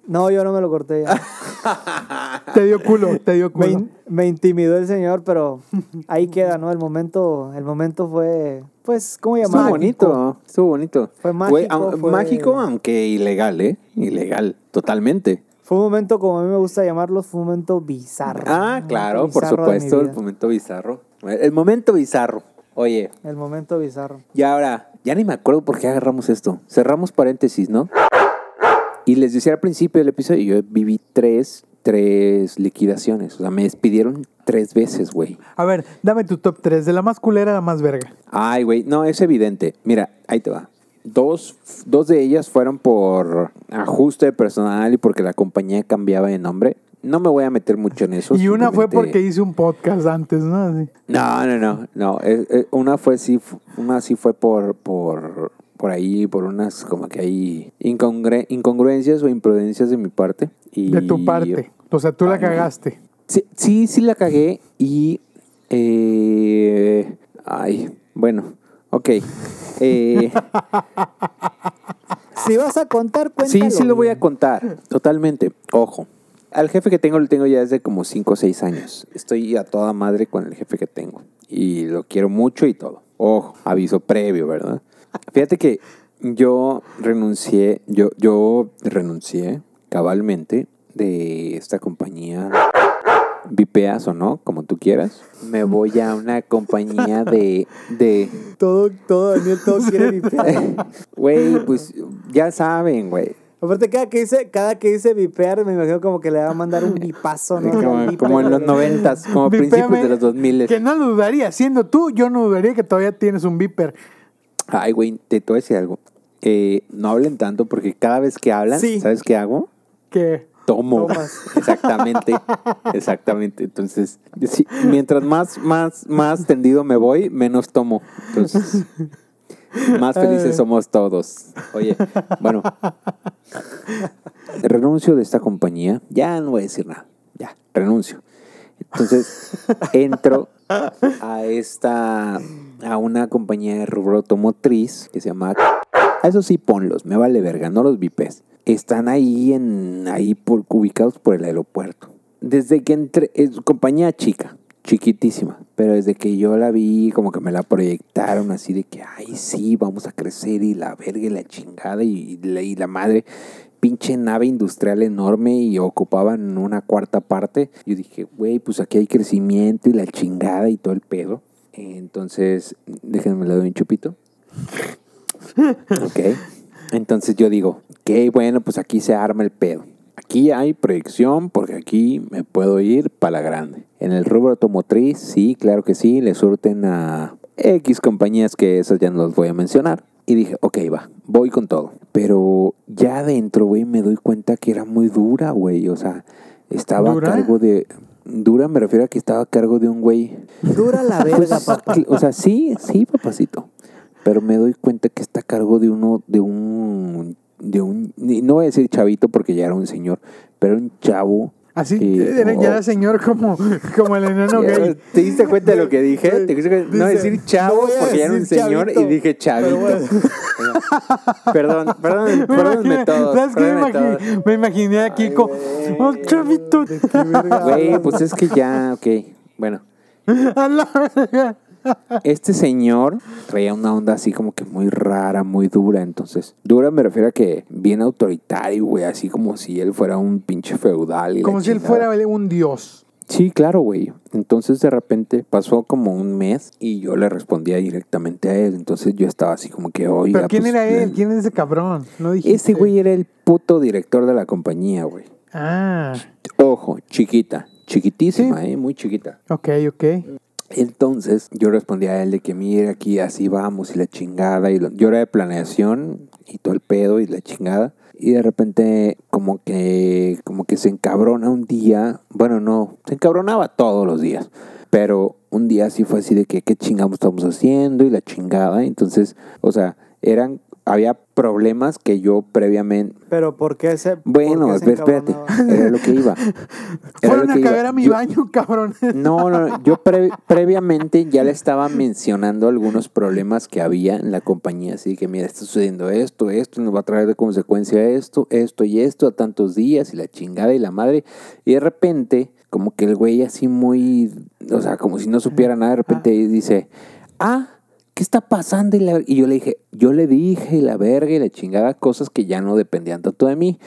S6: No, yo no me lo corté ya.
S5: Te dio culo, te dio
S6: Me,
S5: culo.
S6: in- me intimidó el señor, pero ahí queda, ¿no? El momento, el momento fue, pues, ¿cómo
S4: Estuvo
S6: llamarlo?
S4: bonito, estuvo bonito.
S6: Fue
S4: Güey,
S6: mágico,
S4: au-
S6: fue-
S4: Mágico, aunque ilegal, ¿eh? Ilegal, totalmente.
S6: Fue un momento, como a mí me gusta llamarlo, fue un momento bizarro.
S4: Ah,
S6: Un
S4: claro,
S6: momento
S4: por
S6: bizarro de mi
S4: supuesto, el
S6: vida.
S4: momento bizarro. El momento bizarro. Oye,
S6: El momento bizarro.
S4: y ahora, ya ni me acuerdo por qué agarramos esto. Cerramos paréntesis, ¿no? Y les decía al principio del episodio, yo viví tres, tres liquidaciones. O sea, me despidieron tres veces, güey.
S5: A ver, dame tu top 3, de la más culera a la más verga.
S4: Ay, güey, no, es evidente. Mira, ahí te va. Dos, dos de ellas fueron por ajuste personal y porque la compañía cambiaba de nombre. No me voy a meter mucho en eso.
S5: Y una fue porque
S4: simplemente-
S5: hice un podcast antes, ¿no? Así.
S4: No, no, no, no. eh, eh, una fue sí, fu- una sí fue por, por, por ahí, por unas como que hay incongre- incongruencias o imprudencias de mi parte. Y,
S5: De tu parte. O sea, tú la
S4: Vale.
S5: cagaste.
S4: Sí, sí, sí la cagué y... eh, ay, bueno, ok. Eh,
S6: Si vas a contar, cuéntalo.
S4: Sí, sí lo voy a
S6: bien.
S4: contar, totalmente. Ojo, al jefe que tengo lo tengo ya desde como 5 o 6 años. Estoy a toda madre con el jefe que tengo y lo quiero mucho y todo. Ojo, aviso previo, ¿verdad? Fíjate que yo renuncié, yo, yo renuncié cabalmente de esta compañía. Vipeas o no, como tú quieras. Me voy a una compañía de, de,
S6: Todo, todo, Daniel, todo quiere vipear.
S4: güey, pues ya saben, güey.
S6: Aparte, cada que, dice, cada que dice vipear, me imagino como que le va a mandar un vipazo, ¿no?
S4: Como,
S6: Vipe,
S4: como en los
S6: güey.
S4: noventas, como
S5: Vipéame,
S4: principios de los dos miles.
S5: Que no lo dudaría. Siendo tú, yo no dudaría que todavía tienes un viper.
S4: Ay, güey, te, te voy a decir algo. Eh, no hablen tanto porque cada vez que hablan,
S6: Sí.
S4: ¿sabes qué hago?
S5: Que
S4: Tomo.
S6: Tomas.
S4: Exactamente. Exactamente. Entonces, sí, mientras más, más, más tendido me voy, menos tomo. Entonces, más felices somos todos. Oye, bueno. Renuncio de esta compañía. Ya no voy a decir nada. Ya, renuncio. Entonces entro a esta, a una compañía de rubro automotriz que se llama... A eso sí ponlos, me vale verga, no los vipes. Están ahí, en, ahí por, ubicados por el aeropuerto. Desde que entré, es compañía chica, chiquitísima, pero desde que yo la vi, como que me la proyectaron así de que, ay, sí, vamos a crecer y la verga y la chingada y, y la, y la madre, pinche nave industrial enorme y ocupaban una cuarta parte. Yo dije, güey, pues aquí hay crecimiento y la chingada y todo el pedo. Entonces, déjenme le doy un chupito. Ok. Entonces yo digo, ok, bueno, pues aquí se arma el pedo. Aquí hay proyección porque aquí me puedo ir para la grande. En el rubro automotriz, sí, claro que sí, le surten a X compañías que esas ya no las voy a mencionar. Y dije, ok, va, voy con todo. Pero ya adentro, güey, me doy cuenta que era muy dura, güey. O sea, estaba
S5: ¿Dura?
S4: a cargo de... Dura me refiero a que estaba a cargo de un güey
S6: Dura la verga, papá.
S4: Pues, o sea, sí, sí, papacito. Pero me doy cuenta que está a cargo de uno, de un, de un, ni- no voy a decir chavito porque ya era un señor, pero un chavo.
S5: Así
S4: que-
S5: era, ya era señor como, como el enano gay.
S4: ¿Te diste cuenta de lo que dije? ¿Te diste cuenta? no
S5: Dice,
S4: decir chavo
S6: "No voy a
S4: porque ya era un
S6: decir
S4: señor y
S6: chavito,
S4: dije chavito.
S6: pero
S4: perdón, perdón,
S5: Me
S4: perdónenme
S5: imaginé-
S4: todos.
S5: ¿Sabes qué? Me,
S4: perdónenme todos.
S5: imagi- me imaginé a Kiko.
S4: güey.
S5: ¡Oh, chavito!
S4: Güey, pues es que ya, ok. Bueno,
S5: A la verga.
S4: Este señor traía una onda así como que muy rara, muy dura. Entonces, dura me refiero a que bien autoritario, güey. Así como si él fuera un pinche feudal. y la
S5: Como si él
S4: chingada.
S5: fuera un dios.
S4: Sí, claro, güey. Entonces, de repente pasó como un mes y yo le respondía directamente a él. Entonces, yo estaba así como que, oye.
S5: ¿Pero quién era él? ¿Quién es ese cabrón? No dijiste.
S4: pues, Ese güey era el puto director de la compañía, güey.
S5: Ah,
S4: Ojo, chiquita. Chiquitísima, ¿eh? Muy chiquita.
S5: ok, ok.
S4: Entonces yo respondí a él de que mira aquí así vamos y la chingada y lo- yo era de planeación y todo el pedo y la chingada y de repente como que como que se encabrona un día, bueno no, se encabronaba todos los días, pero un día sí fue así de que qué chingamos estamos haciendo y la chingada, entonces, o sea, eran había problemas que yo previamente
S6: Pero ¿por qué se por
S4: bueno,
S6: qué se
S4: espérate,
S6: encabronaba?
S4: era lo que iba. Era
S5: Fueron
S4: lo
S5: a
S4: que iba.
S5: cagar a mi
S4: Yo-
S5: baño, cabrón.
S4: no, no, no, yo pre- previamente ya le estaba mencionando algunos problemas que había en la compañía, así que mira, está sucediendo esto, esto, nos va a traer de consecuencia esto, esto y esto, a tantos días y la chingada y la madre, y de repente, como que el güey así muy, o sea, como si no supiera nada, de repente dice, ah, ¿qué está pasando? Y, la- y yo le dije, yo le dije y la verga y la chingada, cosas que ya no dependían tanto de mí.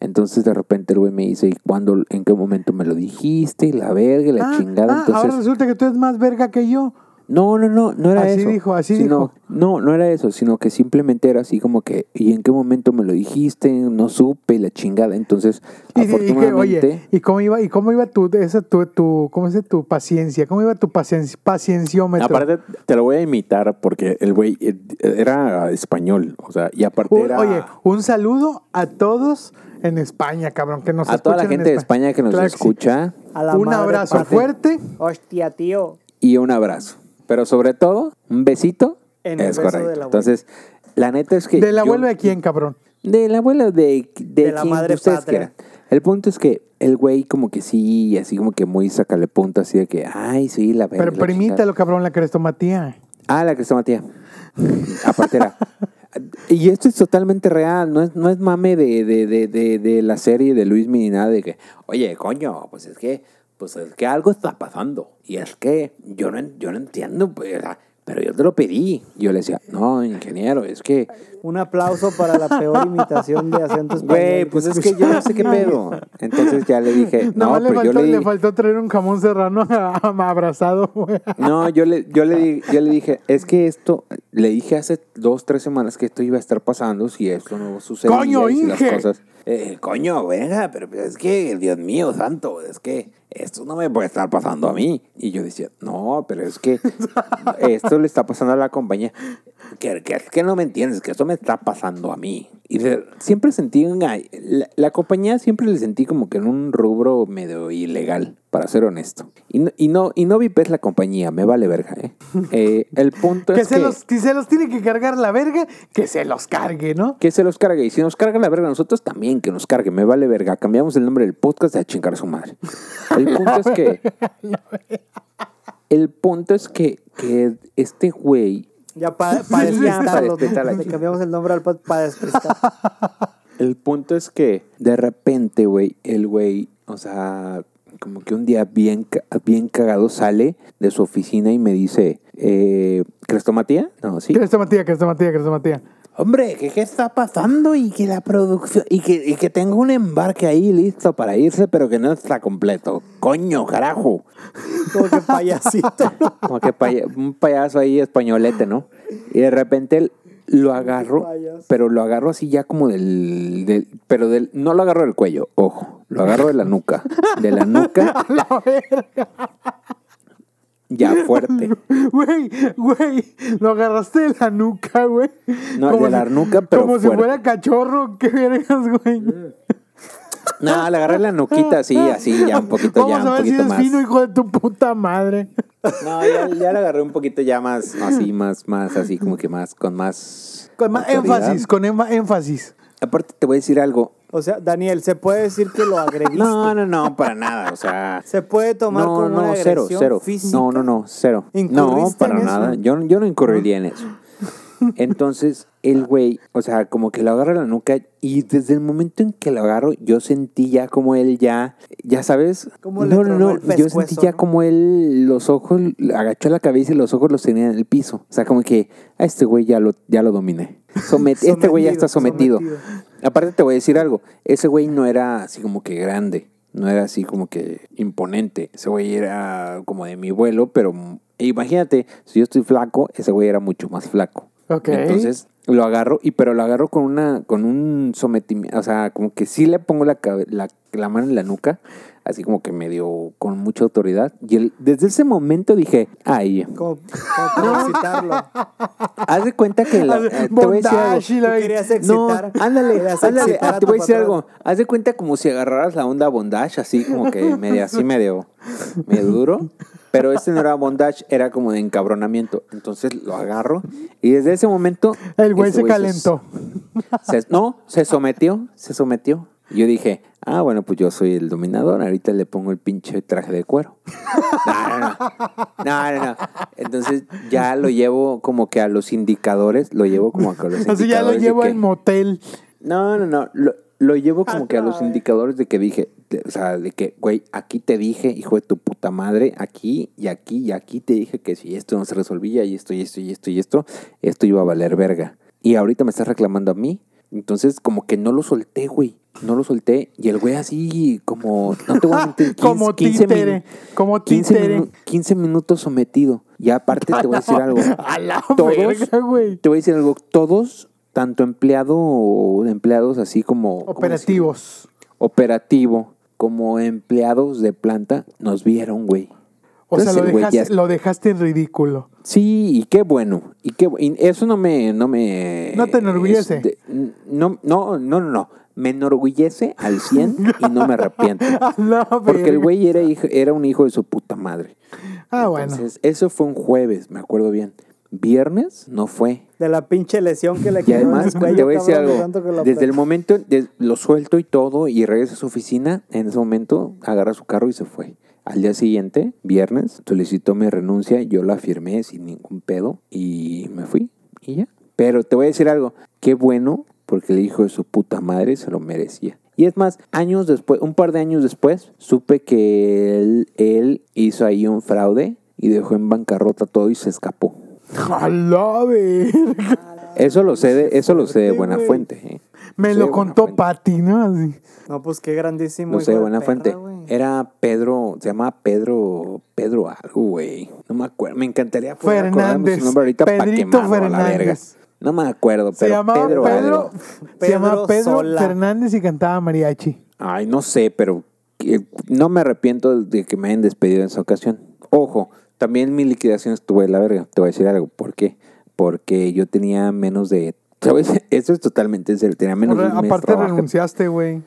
S4: Entonces de repente el güey me dice, ¿y cuándo, en qué momento me lo dijiste? Y la verga y la
S5: Ah,
S4: chingada.
S5: ah,
S4: Entonces,
S5: ahora resulta que tú eres más verga que yo.
S4: no, no, no, no era
S5: Así
S4: eso.
S5: dijo, así
S4: sino-
S5: dijo.
S4: No, no era eso, sino que simplemente era así como que, ¿y en qué momento me lo dijiste? No supe y la chingada. Entonces,
S5: Y, y que,
S4: afortunadamente...
S5: oye, ¿y cómo iba, y cómo iba tu, esa, tu, tu, ¿cómo se dice? tu paciencia? ¿Cómo iba tu pacien- pacienciómetro?
S4: Aparte, te lo voy a imitar porque el güey eh, era español, o sea, y aparte
S5: Un-
S4: era...
S5: Oye, un saludo a todos en España, cabrón, que nos
S4: a toda la
S5: escuchan en
S4: gente de España que nos
S5: Claro sí.
S4: escucha
S6: A la
S5: un
S6: madre
S5: abrazo
S6: patria.
S5: fuerte.
S6: Hostia, tío.
S4: y un abrazo. Pero sobre todo, un besito
S6: En el
S4: es
S6: beso
S4: correcto.
S6: de la abuela.
S4: Entonces, la neta es que.
S5: ¿Del
S4: yo-
S5: abuelo de quién, cabrón?
S4: Del abuelo de, de,
S6: De la
S4: quien
S6: madre
S4: ustedes
S6: patria.
S4: quieran. El punto es que el güey, como que sí, así como que muy sacale punta, así de que, ay, sí, la verga,
S5: Pero
S4: la chingada.
S5: permítalo, cabrón, la crestomatía.
S4: Ah, la crestomatía. Aparte era. Y esto es totalmente real, no es, no es mame de, de, de, de, de la serie de Luis ni nada de que, oye, coño, pues es que, pues es que algo está pasando. Y es que yo no, en- yo no entiendo, pues, o sea, pero yo te lo pedí. Y yo le decía, no, ingeniero, es que,
S6: Un aplauso para la peor imitación de acento español.
S4: güey, pues es que yo no sé qué pedo. Entonces ya le dije,
S5: No,
S4: no,
S5: le,
S4: pero
S5: faltó,
S4: yo le,
S5: le faltó traer un jamón serrano a- a- abrazado, güey.
S4: No, yo le, yo, le, di- yo le dije, es que esto, le dije hace dos, tres semanas que esto iba a estar pasando si esto no sucedía.
S5: Coño,
S4: y si las
S5: Inge.
S4: cosas. Eh, coño, venga, pero pues, es que, Dios mío, santo, es que esto no me puede estar pasando a mí. Y yo decía, no, pero es que esto le está pasando a la compañía. Que, que es que no me entiendes, que esto me está pasando a mí. Y de- siempre sentí, una- la, la compañía siempre le sentí como que en un rubro medio ilegal. para ser honesto. Y no, y no, y no vipes la compañía, me vale verga, ¿eh? Eh, el punto
S5: Que
S4: es
S5: se,
S4: que,
S5: Los, que se los tiene que cargar la verga, que se los cargue, ¿no?
S4: que se los cargue. Y si nos carga la verga a nosotros, también que nos cargue, me vale verga. Cambiamos el nombre del podcast a chingar a su madre. El punto es que... El punto es que, que este güey
S6: Ya para pa
S4: Sí, sí, sí.
S6: despistarlos, ¿no?
S4: Para despistar aquí.
S6: Le cambiamos el nombre al pod para despistar.
S4: El punto es que de repente, güey, el güey, o sea, como que un día bien, ca- bien cagado sale de su oficina y me dice, eh, ¿crestomatía? No, sí.
S5: Crestomatía, crestomatía, crestomatía.
S4: Hombre, que qué está pasando y que la producción, y que, y que tengo un embarque ahí listo para irse, pero que no está completo. Coño, carajo.
S6: Como que payasito. ¿no?
S4: Como que paya- un payaso ahí españolete, ¿no? Y de repente lo agarro,
S6: Payaso.
S4: pero lo agarro así ya como del, del- Pero del... No lo agarro del cuello, ojo. Lo agarro de la nuca. De la nuca
S5: La verga.
S4: ya fuerte.
S5: Güey, güey, lo agarraste de la nuca, güey.
S4: No, de la nuca, pero
S5: Como si
S4: fuerte.
S5: fuera cachorro, qué vergas, güey.
S4: No, le agarré la nuquita así, así, ya un poquito,
S5: Vamos
S4: ya un
S5: a ver si
S4: poquito
S5: eres
S4: más.
S5: fino, hijo de tu puta madre.
S4: No, ya, ya le agarré un poquito ya más, así, más, más, así, como que más, con más...
S5: Con más
S4: autoridad.
S5: énfasis, con enfa- énfasis.
S4: Aparte te voy a decir algo.
S6: O sea, Daniel, ¿se puede decir que lo agrediste?
S4: No, no, no, para nada, o sea...
S6: ¿Se puede tomar
S4: no,
S6: como
S4: no,
S6: una
S4: cero,
S6: agresión
S4: cero.
S6: física?
S4: No, no, no, cero. No,
S6: ¿Incurriste
S4: para
S6: en eso?
S4: nada. Yo, yo no incurriría en eso. Entonces, el güey, o sea, como que lo agarra la nuca y desde el momento en que lo agarro, yo sentí ya como él ya, ya sabes,
S6: Como le
S4: no, no,
S6: tronó
S4: no,
S6: el
S4: yo
S6: pescuezo,
S4: sentí ya
S6: ¿no?
S4: como él los ojos, agachó la cabeza y los ojos los tenía en el piso. O sea, como que a este güey ya lo, ya lo dominé. Somet- este güey ya está
S6: Sometido,
S4: sometido.
S6: sometido.
S4: Aparte te voy a decir algo, ese güey no era así como que grande, no era así como que imponente, ese güey era como de mi vuelo, pero m- e imagínate, si yo estoy flaco, ese güey era mucho más flaco.
S5: Ok.
S4: Entonces lo agarro y pero lo agarro con una con un sometimiento, o sea, como que sí le pongo la, cabe- la, la mano en la nuca, así como que medio con mucha autoridad y él- desde ese momento dije, ay,
S6: Como, como para excitarlo.
S4: haz de cuenta que la, eh, te voy a decir algo.
S5: Bondage y la-
S6: Tú querías
S4: No,
S6: excitar.
S4: ándale,
S6: Querías
S4: ándale, Ah,
S6: excitar
S4: te
S6: tu
S4: voy a decir
S6: patrón.
S4: algo. Haz de cuenta como si agarraras la onda bondage, así como que medio, así medio, medio duro. Pero este no era bondage, era como de encabronamiento. Entonces lo agarro y desde ese momento... este
S5: El güey
S4: ese
S5: se calentó.
S4: se- no, se sometió, se sometió. Yo dije, ah, bueno, pues yo soy el dominador, ahorita le pongo el pinche traje de cuero. No, no, no. No, no, no. Entonces ya lo llevo como que a los indicadores, lo llevo como que a los indicadores.
S5: Así ya lo
S4: de
S5: llevo
S4: que-
S5: al motel.
S4: no, no, no. Lo, lo llevo
S5: Ah,
S4: como que a los indicadores de que dije, de- o sea, de que, güey, aquí te dije, hijo de tu puta madre, aquí y aquí y aquí te dije que si esto no se resolvía y esto y esto y esto y esto, esto iba a valer verga. Y ahorita me estás reclamando a mí. Entonces, como que no lo solté, güey. No lo solté. Y el güey así, como, no te voy a mentir, 15,
S5: Como
S4: 15 min-
S5: títere, como
S4: 15
S5: títere.
S4: minu- 15 minutos sometido. Y aparte te voy a decir algo.
S5: A la
S4: Todos-
S5: verga, güey.
S4: Te voy a decir algo, todos, tanto empleado o empleados así como... ¿cómo
S5: Operativos.
S4: decir? operativo, como empleados de planta, nos vieron, güey.
S5: O sea,
S4: Entonces,
S5: lo
S4: el güey
S5: dejaste,
S4: ya-
S5: lo dejaste en ridículo.
S4: Sí, y qué bueno. Y qué bu- y eso no me, no me.
S5: No te enorgullece.
S4: es de- no, no, no, no, no. Me enorgullece al 100 y no me arrepiento.
S5: A la
S4: Porque el
S5: verga.
S4: güey era, hijo- era un hijo de su puta madre.
S5: Ah, bueno.
S4: Entonces, eso fue un jueves, me acuerdo bien. Viernes no fue.
S6: De la pinche lesión que le
S4: Y
S6: quedó en
S4: además,
S6: el cuello,
S4: te voy a decir
S6: cabrón, de tanto que
S4: algo.
S6: lo
S4: Desde el
S6: apretó.
S4: momento, de- lo suelto y todo, y regresa a su oficina, en ese momento agarra su carro y se fue. Al día siguiente, viernes, solicitó mi renuncia, yo la firmé sin ningún pedo y me fui y ya. Pero te voy a decir algo, qué bueno, porque el hijo de su puta madre se lo merecía. Y es más, años después, un par de años después, supe que él, él hizo ahí un fraude y dejó en bancarrota todo y se escapó.
S5: A la verga.
S4: Eso lo sé de, eso lo sé de buena fuente. ¿eh?
S5: Me
S4: Lo sé de
S5: lo
S4: buena
S5: contó
S4: fuente.
S5: Pati, ¿no? Así.
S6: No, pues qué grandísimo.
S4: Lo
S6: hijo
S4: sé de
S6: de
S4: buena
S6: perra,
S4: fuente. Eh.
S6: güey.
S4: Era Pedro, se llamaba Pedro, Pedro algo, güey. No me acuerdo, me encantaría poder acordarme
S5: Fernández.
S4: su nombre ahorita para
S5: Pedrito
S4: quemarlo a la verga.
S5: Fernández.
S4: No me acuerdo,
S5: Se
S4: pero
S5: llamaba
S4: Pedro,
S5: Pedro,
S4: algo.
S5: se llamaba
S6: Pedro
S5: Pedro
S6: Sola.
S5: Fernández y cantaba mariachi.
S4: Ay, no sé, pero que- no me arrepiento de que me hayan despedido en esa ocasión. Ojo, también mi liquidación estuvo de la verga. Te voy a decir algo. ¿Por qué? Porque yo tenía menos de... ¿Sabes? Eso es totalmente en serio. Tenía menos de
S5: Re-
S4: un mes
S5: Aparte
S4: trabajando.
S5: renunciaste, güey.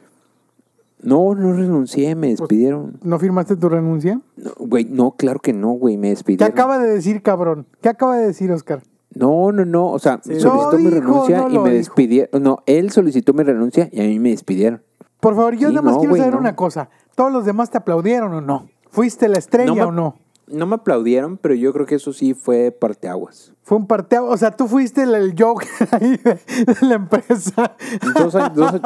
S4: No, no renuncié,
S5: Pues
S4: me despidieron.
S5: ¿No firmaste tu renuncia?
S4: No, Güey, no, claro que no, güey, me
S5: ¿Qué
S4: despidieron.
S5: acaba de decir, cabrón? ¿Qué acaba de decir, Oscar?
S4: No, no, no, o sea,
S6: Sí.
S4: solicitó
S5: No
S4: mi
S5: dijo,
S4: renuncia
S5: no
S4: y
S5: lo
S4: me
S5: dijo.
S4: despidieron. No, él solicitó mi renuncia y a mí me despidieron.
S5: Por favor, yo
S4: Sí,
S5: nada más
S4: no,
S5: quiero
S4: güey,
S5: saber
S4: no.
S5: una cosa. ¿Todos los demás te aplaudieron o no? ¿Fuiste la estrella
S4: me-
S5: o no?
S4: No me aplaudieron, pero yo creo que eso sí fue parteaguas.
S5: Fue un parteo, o sea, tú fuiste el, el joke ahí de, de la empresa.
S4: Dos, a- dos-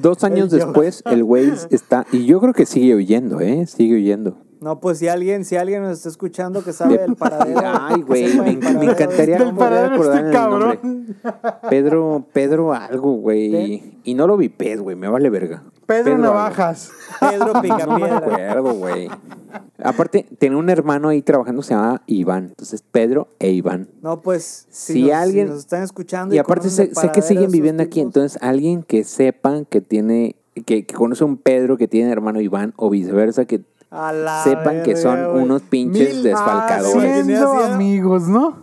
S4: dos años después, el güey está. Y yo creo que sigue huyendo, ¿eh? Sigue huyendo.
S6: No, pues si alguien, si alguien nos está escuchando que sabe el paradero.
S4: Ay,
S6: que
S4: güey,
S6: sepa
S4: me,
S6: el
S4: me
S6: paradero de
S4: encantaría
S6: este
S5: Del
S4: volver a
S5: paradero
S4: acordar
S5: este
S4: el nombre. Pedro, Pedro algo, güey. Y no lo vi Pedro, güey, me vale verga.
S5: Pedro
S4: algo.
S5: Navajas.
S6: Pedro
S4: No me
S6: Picapiedra.
S4: acuerdo, güey. Aparte, tenía un hermano ahí trabajando, se llamaba Iván. Entonces, Pedro e Iván.
S6: No, pues si,
S4: Si
S6: nos, si
S4: alguien-
S6: nos están escuchando.
S4: Y aparte
S6: conocen
S4: sé,
S6: el
S4: sé que
S6: paradero de
S4: siguen
S6: esos
S4: viviendo aquí,
S6: tipos,
S4: entonces alguien que sepan que tiene, que, que conoce a un Pedro que tiene hermano Iván o viceversa, que
S6: a la
S4: sepan que son
S6: verga, güey.
S4: unos pinches
S6: Mil-
S4: desfalcadores.
S6: Ah, sí.
S5: Siendo amigos, ¿no?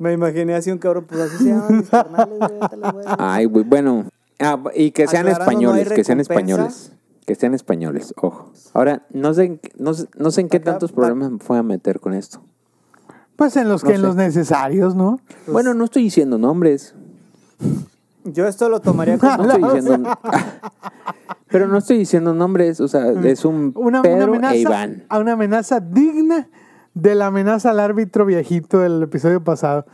S6: Me imaginé así un cabrón, pues así se llaman mis carnales, güey. ahorita les voy a decir.
S4: Ay, güey, bueno. Ah, y que sean
S6: Aclarando,
S4: españoles,
S6: no hay
S4: que sean
S6: recompensa.
S4: españoles. Que sean españoles, ojo. Ahora, no sé en, qué- no, sé- no sé en qué
S6: Acá,
S4: tantos
S6: pa-
S4: problemas me fue a meter con esto.
S5: Pues en los
S4: No
S5: que en
S4: sé.
S5: los necesarios, ¿no?
S6: Pues
S4: bueno, no estoy diciendo nombres.
S6: Yo esto lo tomaría
S4: No
S6: como.
S4: estoy diciendo. pero no estoy diciendo nombres, o sea, es un
S5: Una, una
S4: Pedro
S5: amenaza,
S4: e Iván.
S5: a una amenaza digna de la amenaza al árbitro viejito del episodio pasado.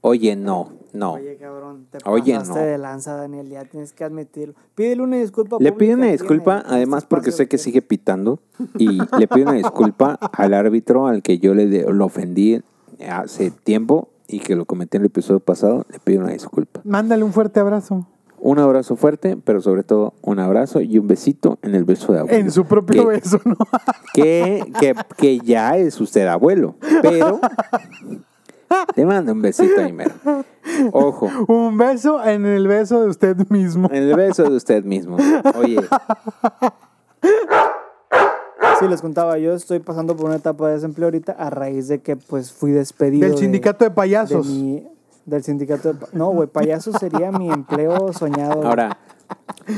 S4: Oye, no, no.
S6: Oye, cabrón, te
S4: Oye,
S6: pasaste
S4: no.
S6: de lanza, Daniel, ya tienes que admitirlo. Pídele una disculpa.
S4: Le
S6: pública
S4: pido una
S6: aquí en
S4: disculpa,
S6: el- en
S4: además
S6: este
S4: porque
S6: espacio
S4: sé que sigue pitando, y le pido una disculpa al árbitro al que yo le de- lo ofendí hace tiempo y que lo comenté en el episodio pasado, le pido una disculpa.
S5: Mándale un fuerte abrazo.
S4: Un abrazo fuerte, pero sobre todo un abrazo y un besito en el beso de abuelo.
S5: En su propio
S4: que,
S6: Eh.
S5: beso, ¿no?
S4: Que, que, que ya es usted abuelo, pero te mando un besito ahí, mero. Ojo,
S5: Un beso en el beso de usted mismo.
S4: en el beso de usted mismo. Oye,
S6: Sí, les contaba, yo estoy pasando por una etapa de desempleo ahorita a raíz de que pues fui despedido.
S5: Del
S6: de-
S5: sindicato de
S6: de
S5: payasos.
S6: mi- del sindicato de pa- No, güey, payaso sería mi empleo soñado. güey.
S4: Ahora,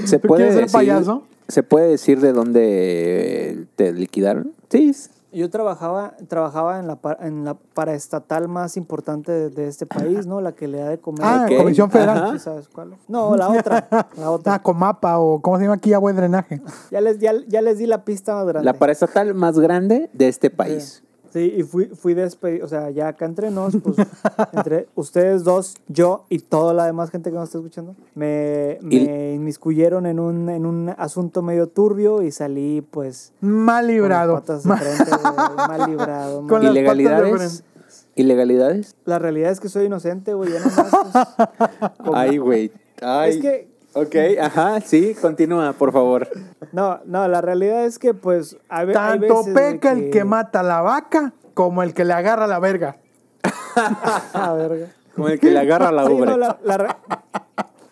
S4: ¿se
S5: ¿Tú
S4: puede
S5: quieres ser
S4: decir,
S5: payaso?
S4: ¿Se puede decir de dónde eh, te liquidaron? Sí.
S6: Yo trabajaba, trabajaba en la, par- en la paraestatal más importante de, de este país, ¿no? La que le da de comer.
S5: Ah,
S4: Ok.
S5: Comisión Federal.
S4: Ajá.
S6: ¿Sí sabes cuál? No, la otra. La
S5: Ah,
S6: otra.
S5: Comapa o ¿cómo se llama aquí? Agua de drenaje.
S6: Ya les, ya, ya les di la pista más grande.
S4: La paraestatal más grande de este país.
S6: Sí, y fui, fui despedido, o sea, ya acá entre nos, pues, entre ustedes dos, yo y toda la demás gente que nos está escuchando, me, me
S4: Y-
S6: inmiscuyeron en un, en un asunto medio turbio y salí, pues,
S5: Mal librado.
S6: con las patas de
S5: Ma-
S6: frente, güey, mal librado.
S5: Con
S6: mal-
S5: las patas de
S4: ¿Ilegalidades? ¿Ilegalidades?
S6: La realidad es que soy inocente, güey, ya nomás, pues, como-
S4: Ay, güey. Ay.
S6: Es que-
S4: Ok, ajá, sí, continúa, por favor.
S6: pues. No, no, la realidad es que, pues, a ve- hay
S5: Tanto
S6: veces de
S5: peca el que mata la vaca como el que le agarra la verga.
S6: A verga.
S4: Como el que le agarra la
S6: Sí, no,
S4: ubre.
S6: la, la re-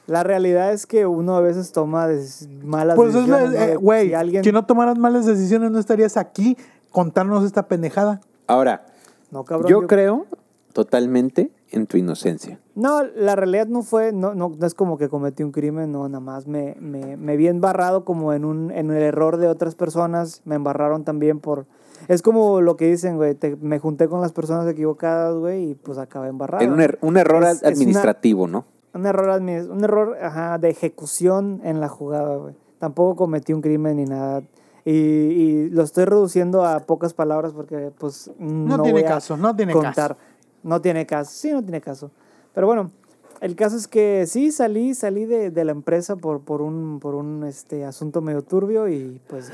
S6: la realidad es que uno a veces toma des- malas
S5: Pues es, la-
S6: decisiones. ¿no?
S5: eh,
S6: De-
S5: güey,
S6: si alguien...
S5: si no tomaras malas decisiones no estarías aquí contarnos esta pendejada.
S4: Ahora,
S6: No, cabrón,
S4: yo creo totalmente en tu inocencia.
S6: No, la realidad no fue, no, no, no es como que cometí un crimen, no, nada más me, me, me vi embarrado como en, un, en el error de otras personas, me embarraron también por... Es como lo que dicen, güey, te- me junté con las personas equivocadas, güey, y pues acabé embarrado.
S4: en un, er- un error
S6: Es- es una-
S4: administrativo, ¿no?
S6: Un error, admi- un error ajá, de ejecución en la jugada, güey. Tampoco cometí un crimen ni nada. Y, y lo estoy reduciendo a pocas palabras porque, pues, no,
S5: No, tiene
S6: voy a
S5: caso, no tiene
S6: contar.
S5: caso.
S6: No tiene caso, sí, no tiene caso. Pero bueno, el caso es que sí salí, salí de, de la empresa por, por un, por un este, asunto medio turbio y pues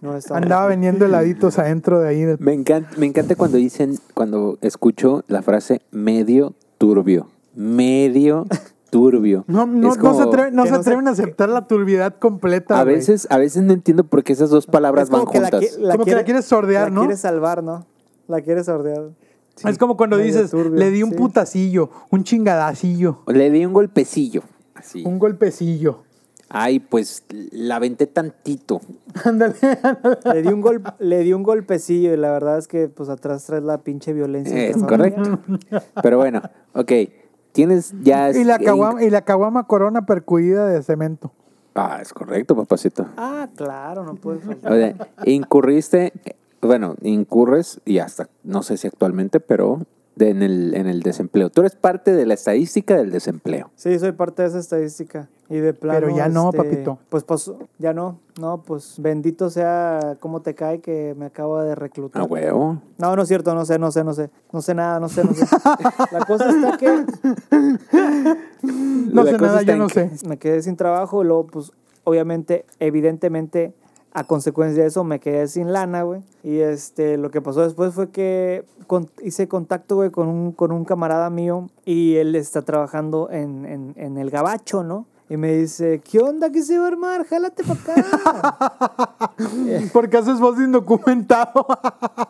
S6: no estaba.
S5: Andaba vendiendo heladitos adentro de ahí. del-
S4: Me encanta, me encanta cuando dicen, cuando escucho la frase medio turbio. Medio turbio.
S5: No, no,
S4: Es
S5: no se
S4: como-
S5: atreven, no
S6: que
S5: se
S6: no se-
S5: atreven a aceptar la turbiedad completa.
S4: A
S5: güey.
S4: veces, a veces no entiendo por qué esas dos palabras
S6: Es como
S4: van
S6: que la
S4: juntas.
S6: qui-
S5: Como que la quieres sordear,
S6: la
S5: ¿no?
S6: quieres salvar, ¿no? La quieres sordear.
S5: es como cuando
S6: medio
S5: dices,
S6: turbio,
S5: le di un
S6: sí.
S5: putacillo, un chingadacillo,
S4: Le di un golpecillo. Así.
S5: un golpecillo.
S4: Ay, pues la aventé tantito.
S5: Ándale,
S6: Le di, un gol, le di un golpecillo y la verdad es que pues atrás traes la pinche violencia.
S4: Es
S6: cabrón.
S4: correcto. Pero bueno, ok. Tienes ya.
S5: Y la
S4: eh,
S5: caguama, y la caguama corona percudida de cemento.
S4: Ah, es correcto, papacito.
S6: Ah, claro, no
S4: O
S6: puede faltar.
S4: sea, incurriste, bueno, incurres y hasta, no sé si actualmente, pero de- en, el, en el desempleo. Tú eres parte de la estadística del desempleo.
S6: Sí, soy parte de esa estadística. Y de plano.
S5: Pero ya no,
S6: este,
S5: papito.
S6: Pues, pues, ya no. No, pues bendito sea cómo te cae que me acaba de reclutar.
S4: A huevo.
S6: No, no es cierto, no sé, no sé, no sé. No sé nada, no sé, no sé. La cosa está que
S5: No
S4: La
S5: sé
S4: cosa
S5: nada,
S4: está
S5: yo
S4: en
S5: no
S4: que-
S5: sé.
S6: me quedé sin trabajo y luego, pues, obviamente, evidentemente, a consecuencia de eso me quedé sin lana, güey. Y este, lo que pasó después fue que con- hice contacto, güey, con un, con un camarada mío y él está trabajando en, en- en el gabacho, ¿no? Y me dice, ¿qué onda? ¿Qué se va a armar? Jálate para acá.
S5: Porque haces voz de indocumentado.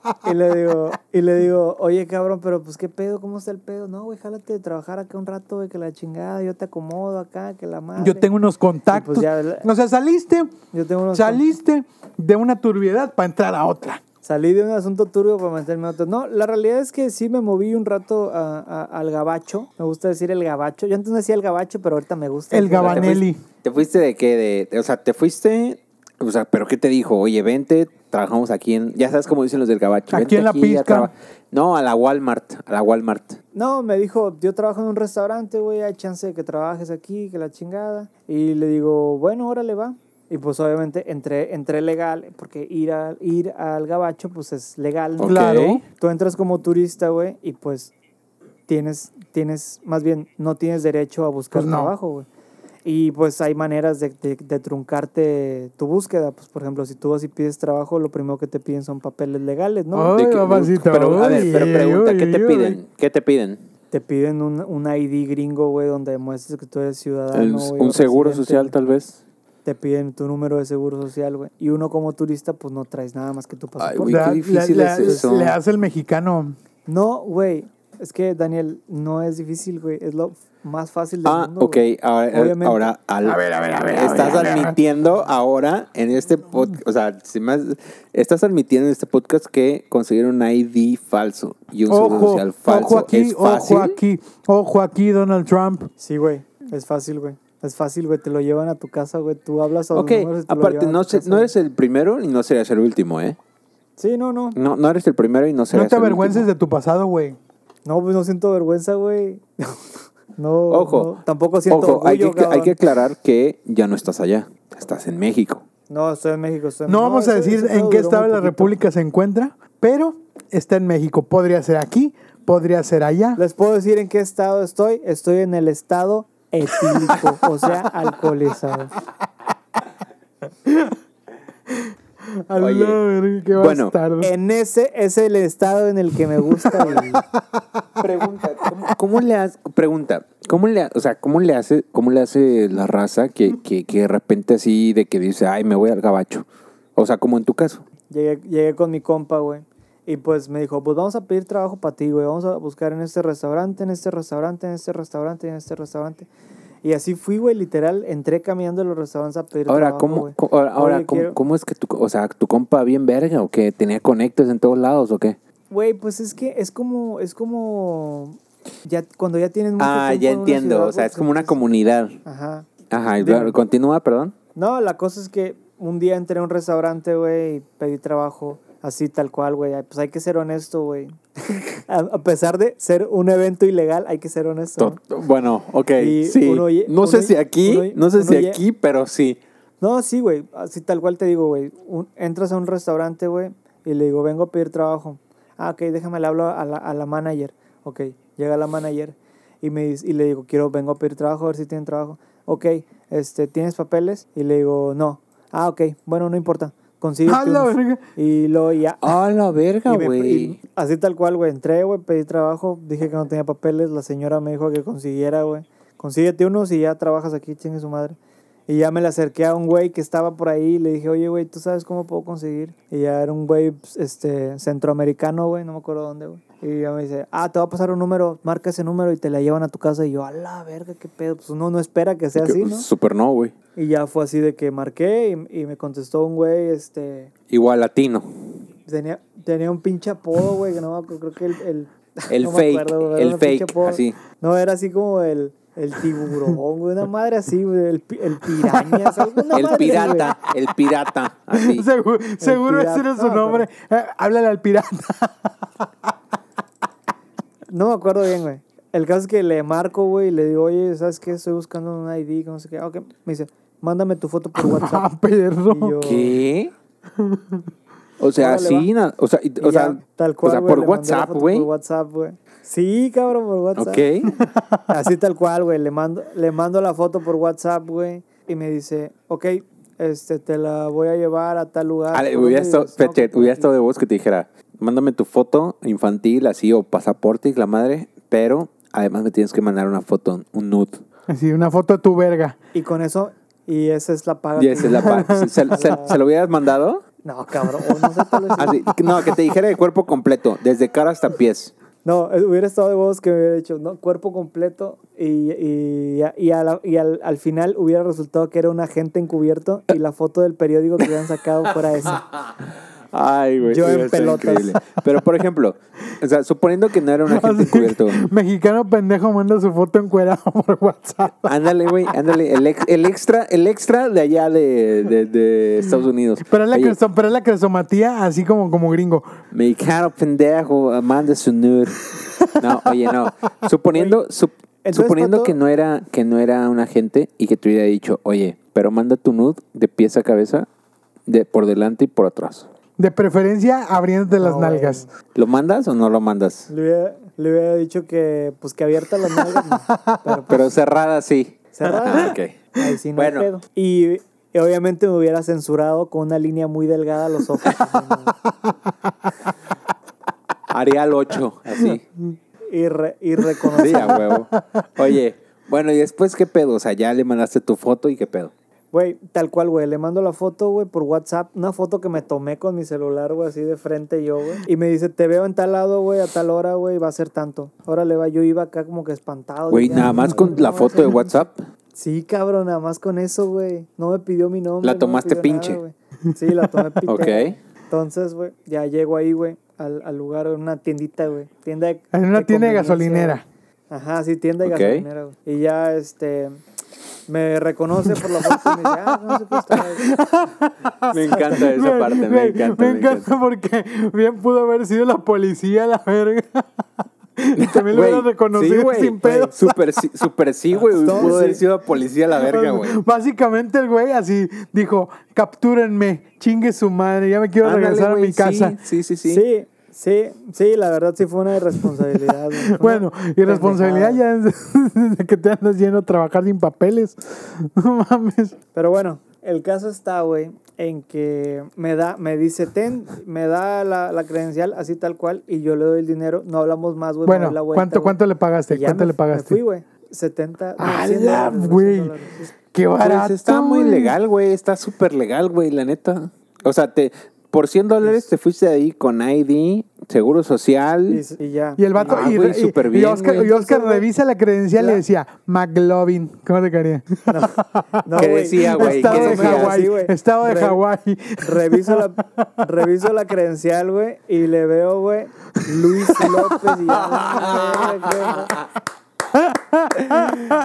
S6: y, le digo, y le digo, oye, cabrón, pero pues, ¿qué pedo? ¿Cómo está el pedo? No, güey, jálate de trabajar acá un rato, güey, que la chingada, yo te acomodo acá, que la madre.
S4: Ah,
S5: Yo tengo unos contactos.
S6: Y pues ya-
S5: o sea, saliste,
S6: Yo tengo unos
S5: saliste de una turbiedad para entrar a otra.
S6: Salí de un asunto turbio para meterme a otro. No, la realidad es que sí me moví un rato a- a- al gabacho. Me gusta decir el gabacho. Yo antes no decía el gabacho, pero ahorita me gusta.
S5: El
S4: ¿Te
S5: gabanel.
S4: fuiste-
S5: Nelly.
S4: ¿Te fuiste de qué? De, de- o sea, ¿te fuiste? O sea, ¿pero qué te dijo? Oye, vente, trabajamos aquí en... Ya sabes cómo dicen los del gabacho.
S5: Aquí
S4: vente
S5: en la
S4: a
S5: pizca.
S4: traba- No, a la Walmart, a la Walmart.
S6: No, me dijo, yo trabajo en un restaurante, güey, hay chance de que trabajes aquí, que la chingada. Y le digo, bueno, órale, va. Y pues obviamente entré, entré legal, porque ir, a- ir al gabacho, pues es legal. ¿no?
S4: Ok.
S5: Claro.
S6: Tú entras como turista, güey, y pues tienes, tienes, más bien, no tienes derecho a buscar
S5: Pues no.
S6: trabajo, güey. Y pues hay maneras de, de- de truncarte tu búsqueda. Pues, por ejemplo, si tú vas y pides trabajo, lo primero que te piden son papeles legales, ¿no?
S5: Ay,
S4: De que-
S5: papacito,
S4: pero, a ver,
S5: uy,
S4: pero pregunta, ¿qué
S5: uy,
S4: te
S5: uy.
S4: piden? ¿Qué te piden?
S6: Te piden un, un ID gringo, güey, donde demuestres que tú eres
S5: Ah,
S6: ciudadano.
S4: El-
S6: güey, o
S4: un seguro
S6: residente.
S4: social, tal vez.
S6: Te piden tu número de seguro social, güey. Y uno como turista, pues no traes nada más que tu pasaporte.
S4: Uy, qué difícil es eso.
S5: le hace el mexicano.
S6: no, güey. Es que, Daniel, no es difícil, güey. Es lo más fácil del
S4: Ah,
S6: mundo.
S4: ok.
S6: güey.
S4: Ahora,
S6: Obviamente.
S4: ahora al-
S5: A ver, a ver, a ver, a ver,
S4: Estás
S5: a ver.
S4: admitiendo ahora en este podcast, o sea, si más, estás admitiendo en este podcast que conseguir un ID falso y un seguro
S5: Ojo,
S4: social falso
S5: ojo aquí,
S4: es fácil.
S5: ojo aquí, ojo aquí, Donald Trump.
S6: Sí, güey. Es fácil, güey. Es fácil, güey. Te lo llevan a tu casa, güey. Tú hablas a los
S4: Ok,
S6: números y te lo
S4: aparte,
S6: llevan a
S4: no,
S6: tu
S4: se-
S6: casa,
S4: no
S6: güey.
S4: eres el primero y no serías el último, ¿eh?
S6: Sí, no, no.
S4: No, no eres el primero y no
S5: No
S4: serías
S5: te
S4: el
S5: avergüences
S4: último.
S5: de tu pasado, güey.
S6: No, pues no siento vergüenza, güey. No,
S4: Ojo,
S6: no, tampoco siento
S4: ojo, hay,
S6: orgullo,
S4: que, hay
S6: cabrón.
S4: que aclarar que ya no estás allá, estás en México.
S6: No, estoy en México. estoy en-
S5: No vamos a
S6: ese-
S5: decir
S6: ese pedo
S5: en qué
S6: duró
S5: estado de
S6: muy
S5: la
S6: poquito.
S5: República se encuentra, pero está en México. Podría ser aquí, podría ser allá.
S6: Les puedo decir en qué estado estoy. Estoy en el estado etílico, o sea, alcoholizado.
S5: A la
S4: Oye,
S5: verga, qué
S4: bueno,
S5: bastardo.
S6: En ese es el estado en el que me gusta vivir.
S4: Pregunta, ¿cómo, cómo le hace, pregunta, ¿cómo le, ha- o sea, cómo le hace, cómo le hace la raza que, que, que de repente así de que dice, ay, me voy al gabacho? O sea, como en tu caso.
S6: Llegué, llegué con mi compa, güey. Y pues me dijo, pues vamos a pedir trabajo para ti, güey. Vamos a buscar en este restaurante, en este restaurante, en este restaurante, en este restaurante. Y así fui, güey, literal. Entré caminando a los restaurantes a pedir
S4: Ahora,
S6: trabajo,
S4: ¿cómo,
S6: güey.
S4: co- ahora, ahora,
S6: Oye,
S4: ¿cómo,
S6: quiero-
S4: cómo es que tu, o sea, tu compa bien verga o que tenía conectos en todos lados o qué?
S6: Güey, pues es que es como, es como, ya, cuando ya tienes mucho
S4: Ah,
S6: tiempo
S4: ya
S6: en una
S4: entiendo,
S6: ciudad,
S4: o sea,
S6: güey,
S4: es como una
S6: entonces-
S4: comunidad.
S6: Ajá.
S4: Ajá, y
S6: Dime.
S4: claro, continúa, perdón.
S6: No, la cosa es que un día entré a un restaurante, güey, y pedí trabajo así tal cual, güey. Ay, Pues hay que ser honesto, güey. a, a pesar de ser un evento ilegal, hay que ser honesto. ¿no?
S4: To- Bueno, ok,
S6: Y
S4: sí.
S6: uno ye-
S4: no sé
S6: uno-
S4: si aquí,
S6: uno-
S4: no sé si
S6: uno ye-
S4: aquí, pero sí.
S6: No, sí, güey, así tal cual te digo, güey. Un- Entras a un restaurante, güey, y le digo, vengo a pedir trabajo. Ah, ok, déjame, le hablo a la, a la manager. Ok, llega la manager y, me, dice- y le digo, quiero, vengo a pedir trabajo, a ver si tienen trabajo. Ok, este, ¿tienes papeles? Y le digo, no. Ah, ok, bueno, no importa. Consigue.
S5: A la verga.
S6: Y luego ya.
S4: A la verga,
S6: Y me-
S4: Ah, güey.
S6: y así tal cual, güey. Entré, güey, pedí trabajo, dije que no tenía papeles, la señora me dijo que consiguiera, güey. Consíguete unos y ya trabajas aquí, chingue su madre. Y ya me le acerqué a un güey que estaba por ahí y le dije, oye, güey, ¿tú sabes cómo puedo conseguir? Y ya era un güey pues, este, centroamericano, güey, no me acuerdo dónde, güey. Y ya me dice, ah, te va a pasar un número, marca ese número y te la llevan a tu casa. Y yo, a la verga, qué pedo. Pues uno no espera que sea
S4: Que- pues,
S6: así, ¿no?
S4: Super no, güey.
S6: Y ya fue así de que marqué y, y me contestó un güey, este,
S4: Igual latino.
S6: Tenía, tenía un pinche apodo, güey, que no me acuerdo, creo que el... El,
S4: El
S6: no me
S4: fake,
S6: acuerdo, güey, era
S4: el
S6: un pinche
S4: fake,
S6: apodo.
S4: así.
S6: No, era así como el... El tiburón, güey, una madre así, güey, el, pi- el pirañas, alguna
S4: El
S6: madre,
S4: pirata, el pirata. Así.
S5: Seguro, seguro ese era su
S6: pirata,
S5: nombre. Eh, háblale al pirata.
S6: güey. No me acuerdo bien, güey. El caso es que le marco, güey, y le digo, oye, ¿sabes qué? Estoy buscando un ID, que no sé qué. Ah, ok. Me dice, mándame tu foto por WhatsApp.
S5: Ah, perro.
S6: Y yo-
S4: ¿Qué? O sea,
S6: Órale,
S4: sí, na- o sea, y-
S6: y
S4: o
S6: ya,
S4: sea,
S6: tal cual,
S4: o sea,
S6: güey,
S4: por
S6: le mandé la
S4: WhatsApp,
S6: foto
S4: güey.
S6: Por WhatsApp, güey. Sí, cabrón, por WhatsApp.
S4: Ok.
S6: Así tal cual, güey. Le mando, le mando la foto por WhatsApp, güey. Y me dice, ok, este, te la voy a llevar a tal lugar.
S4: Ale,
S6: ¿Por
S4: Ah, hubiera
S6: dónde
S4: estado,
S6: vives? No, pues,
S4: Peche,
S6: que por
S4: hubiera
S6: aquí.
S4: estado de voz que te dijera, mándame tu foto infantil, así, o pasaporte y la madre, pero además me tienes que mandar una foto, un nude.
S5: Así, una foto de tu verga.
S6: Y con eso, y esa es la paga.
S4: Y
S6: que
S4: esa es
S6: yo-
S4: la pa- ¿Se, se- se- se lo hubieras mandado?
S6: No, cabrón, no sé tal vez sí.
S4: Así, no, que te dijera el cuerpo completo, desde cara hasta pies.
S6: No, eh, hubiera estado de voz que me hubiera dicho, no, cuerpo completo. Y, y, y a la- y al, al final hubiera resultado que era un agente encubierto y la foto del periódico que habían sacado fuera esa.
S4: Ay, güey.
S6: Yo
S4: hubiera
S6: en
S4: sido
S6: pelotas.
S4: Pero, por ejemplo, o sea, suponiendo que no era un agente encubierto.
S5: Mexicano pendejo manda su foto encuerado por WhatsApp.
S4: Ándale, güey, ándale. El, ex- el extra, el extra de allá de, de- de Estados Unidos.
S5: Pero es la,
S4: Oye,
S5: cresto- pero es la crestomatía así como, como gringo.
S4: Mexicano pendejo, manda su nude. No, oye, no. Suponiendo, sup-
S6: Entonces,
S4: suponiendo
S6: Pato-
S4: que no era, que no era un agente y que te hubiera dicho, oye, pero manda tu nude de pies a cabeza, de por delante y por atrás.
S5: De preferencia abriéndote las
S6: No, güey.
S5: nalgas.
S4: ¿Lo mandas o no lo mandas?
S6: Le hubiera, le hubiera dicho que, pues que abierta las nalgas, no. pero pues,
S4: Pero cerrada sí. Ah,
S6: cerrada.
S4: Ok.
S6: Ahí sí no hay
S4: Bueno.
S6: pedo. Y, y obviamente me hubiera censurado con una línea muy delgada a los ojos.
S4: Arial 8, así.
S6: y, re- y
S4: Sí,
S6: reconocer.
S4: a huevo. Oye, bueno, y después qué pedo, o sea, ya le mandaste tu foto y qué pedo.
S6: Güey, tal cual, güey. Le mando la foto, güey, por WhatsApp. Una foto que me tomé con mi celular, güey, así de frente yo, güey. Y me dice, te veo en tal lado, güey, a tal hora, güey, va a ser tanto. Órale, va. Yo iba acá como que espantado.
S4: Güey,
S6: Dije,
S4: nada
S6: "Ah,
S4: más
S6: no,
S4: con la
S6: no,
S4: foto de
S6: güey".
S4: WhatsApp.
S6: Sí, cabrón, nada más con eso, güey. No me pidió mi nombre.
S4: La
S6: no me
S4: tomaste
S6: pidió
S4: pinche.
S6: nada, güey. sí, la tomé pinche.
S4: Ok.
S6: Entonces, güey, ya llego ahí, güey, al, al lugar, en una tiendita, güey. Tienda de-
S5: En una tienda de
S6: conveniencia,
S5: gasolinera.
S6: Ajá, sí, tienda y
S4: Ok.
S6: gasolinera, güey. Y ya, este, me reconoce por la foto y me dice, ah, no sé qué está
S4: Me encanta esa
S5: Güey,
S4: parte, me
S5: güey,
S4: encanta.
S5: Me encanta porque bien pudo haber sido la policía la verga. Y también lo
S4: Güey,
S5: hubieran reconocido
S4: sí, güey.
S5: sin pedo.
S4: Super sí, super sí, güey.
S6: Todo
S4: Pudo haber
S6: sí.
S4: sido policía a la verga, güey.
S5: Básicamente el güey así dijo, captúrenme, chingue su madre, ya me quiero
S4: Ándale,
S5: regresar a
S4: güey,
S5: mi casa.
S4: Sí, sí, sí.
S6: Sí.
S4: sí.
S6: sí, sí, la verdad sí fue una irresponsabilidad. güey. Fue una
S5: Bueno, y responsabilidad
S6: pendejada.
S5: ya es desde que te andas yendo a trabajar sin papeles. No
S4: Pues,
S5: mames.
S6: Pero bueno, el caso está, güey, en que me da, me dice, ten, me da la, la credencial así tal cual y yo le doy el dinero, no hablamos más, güey. me
S5: Bueno,
S6: doy la vuelta,
S5: ¿cuánto,
S6: güey.
S5: cuánto le
S6: Y
S5: pagaste?
S6: ya
S5: ¿Cuánto
S6: me-
S5: le
S6: Me fui,
S5: pagaste?
S6: güey. 70, no,
S5: ¡Hala,
S6: 100 dólares, güey,
S5: güey!
S6: 100 dólares. Es-
S5: Qué barato.
S4: Pues está muy
S5: güey.
S4: legal, güey. Está súper legal, güey, la neta. O sea, te, por 100 dólares te fuiste de ahí con ID, seguro social.
S6: Y, y ya.
S5: Y el vato,
S4: Ah,
S5: y,
S4: güey,
S5: y-
S4: súper
S5: y
S4: bien,
S5: Oscar,
S4: güey.
S5: y Oscar
S6: Entonces, güey,
S5: revisa la credencial y
S6: la-
S5: le decía, McLovin, ¿cómo te caería?
S6: No,
S4: ¿Qué
S6: güey.
S4: decía, güey?
S5: Estado
S4: ¿Qué
S5: de
S4: decía?
S5: Hawái,
S6: Sí, güey.
S5: estado de
S6: Re-
S5: Hawái.
S6: Reviso la, reviso la credencial, güey, y le veo, güey, Luis López y ya.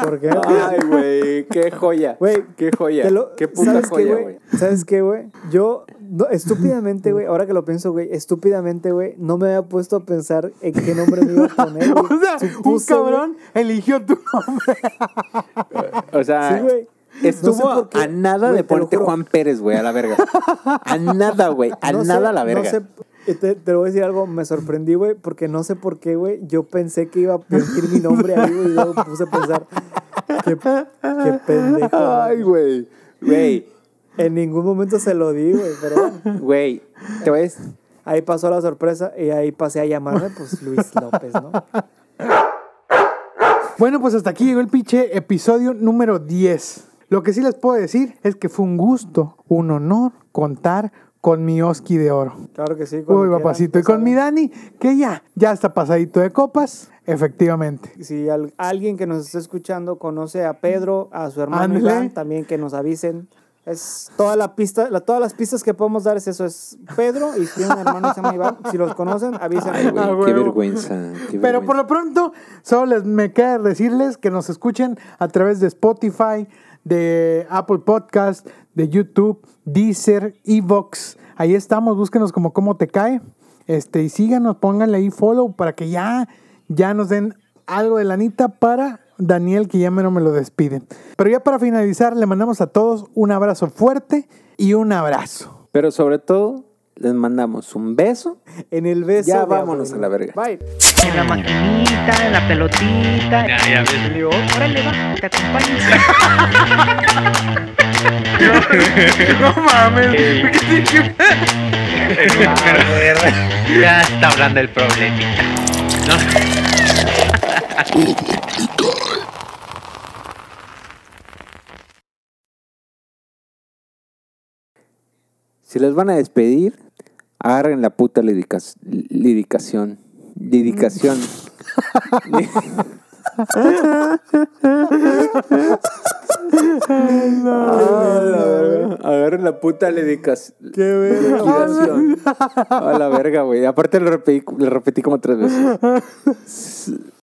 S6: ¿Por qué?
S4: Ay, güey, qué joya.
S6: Güey,
S4: qué joya.
S6: te lo-
S4: Qué puta
S6: ¿sabes qué,
S4: joya, güey.
S6: ¿Sabes qué, güey? Yo, no, estúpidamente, güey, ahora que lo pienso, güey, estúpidamente, güey, no me había puesto a pensar en qué nombre me iba a poner. güey.
S5: O sea, un
S6: Supuse, güey,
S5: cabrón eligió tu nombre.
S4: O sea,
S6: Sí, güey.
S4: estuvo
S6: No sé por qué.
S4: a nada
S6: Güey, te
S4: de
S6: lo
S4: ponerte
S6: juro.
S4: Juan Pérez, güey, a la verga. A nada, güey. A
S6: No sé,
S4: nada a la
S6: no
S4: verga.
S6: sé, eh, te, te voy a decir algo, me sorprendí, güey, porque no sé por qué, güey. Yo pensé que iba a decir mi nombre ahí, güey, y luego me puse a pensar. Qué, qué pendejo. güey.
S4: Ay, güey. Güey,
S6: En ningún momento se lo di, güey, pero bueno.
S4: güey. Te ves.
S6: Ahí pasó la sorpresa y ahí pasé a llamarme, pues Luis López, ¿no?
S5: Bueno, pues hasta aquí llegó el pinche episodio número 10. Lo que sí les puedo decir es que fue un gusto, un honor contar con mi Oski de oro.
S6: Claro que sí. cuando
S5: Uy,
S6: quieran,
S5: papacito. Y
S6: ya
S5: con
S6: saben.
S5: mi Dani, que ya, ya está pasadito de copas, efectivamente.
S6: Si
S5: Mm.
S6: al- alguien que nos está escuchando conoce a Pedro, a su hermano
S5: Ándale.
S6: Iván, también que nos avisen. Es toda la pista, la- todas las pistas que podemos dar es eso, es Pedro y tiene un hermano que se llama Iván. Si los conocen,
S4: Ay,
S6: avísenme.
S4: güey,
S5: Ah,
S4: qué
S5: huevo.
S4: vergüenza. qué
S5: Pero
S4: vergüenza.
S5: por lo pronto, solo les, me queda decirles que nos escuchen a través de Spotify, de Apple Podcast, de YouTube, Deezer, Evox. Ahí estamos, búsquenos como cómo te cae. Este, y síganos, pónganle ahí follow para que ya, ya nos den algo de lanita para Daniel, que ya menos me lo despiden. Pero ya para finalizar, le mandamos a todos un abrazo fuerte y un abrazo.
S4: Pero sobre todo, les mandamos un beso.
S6: En el beso.
S4: Ya
S6: de
S4: vámonos
S6: abuelo.
S4: a la verga.
S6: Bye.
S2: En la maquinita, en la
S3: Ya,
S2: pelotita.
S3: ya ves.
S2: Le digo, órale, va, te acompaño. no mames.
S3: Ah, güey, ya está hablando el problemita.
S4: Si les van a despedir, agarren la puta lidica- lidicación. Lidicación. Ah, la verga. Agarren la puta lidicación. Qué verga. A la verga, güey. Aparte lo repetí, lo repetí como tres veces.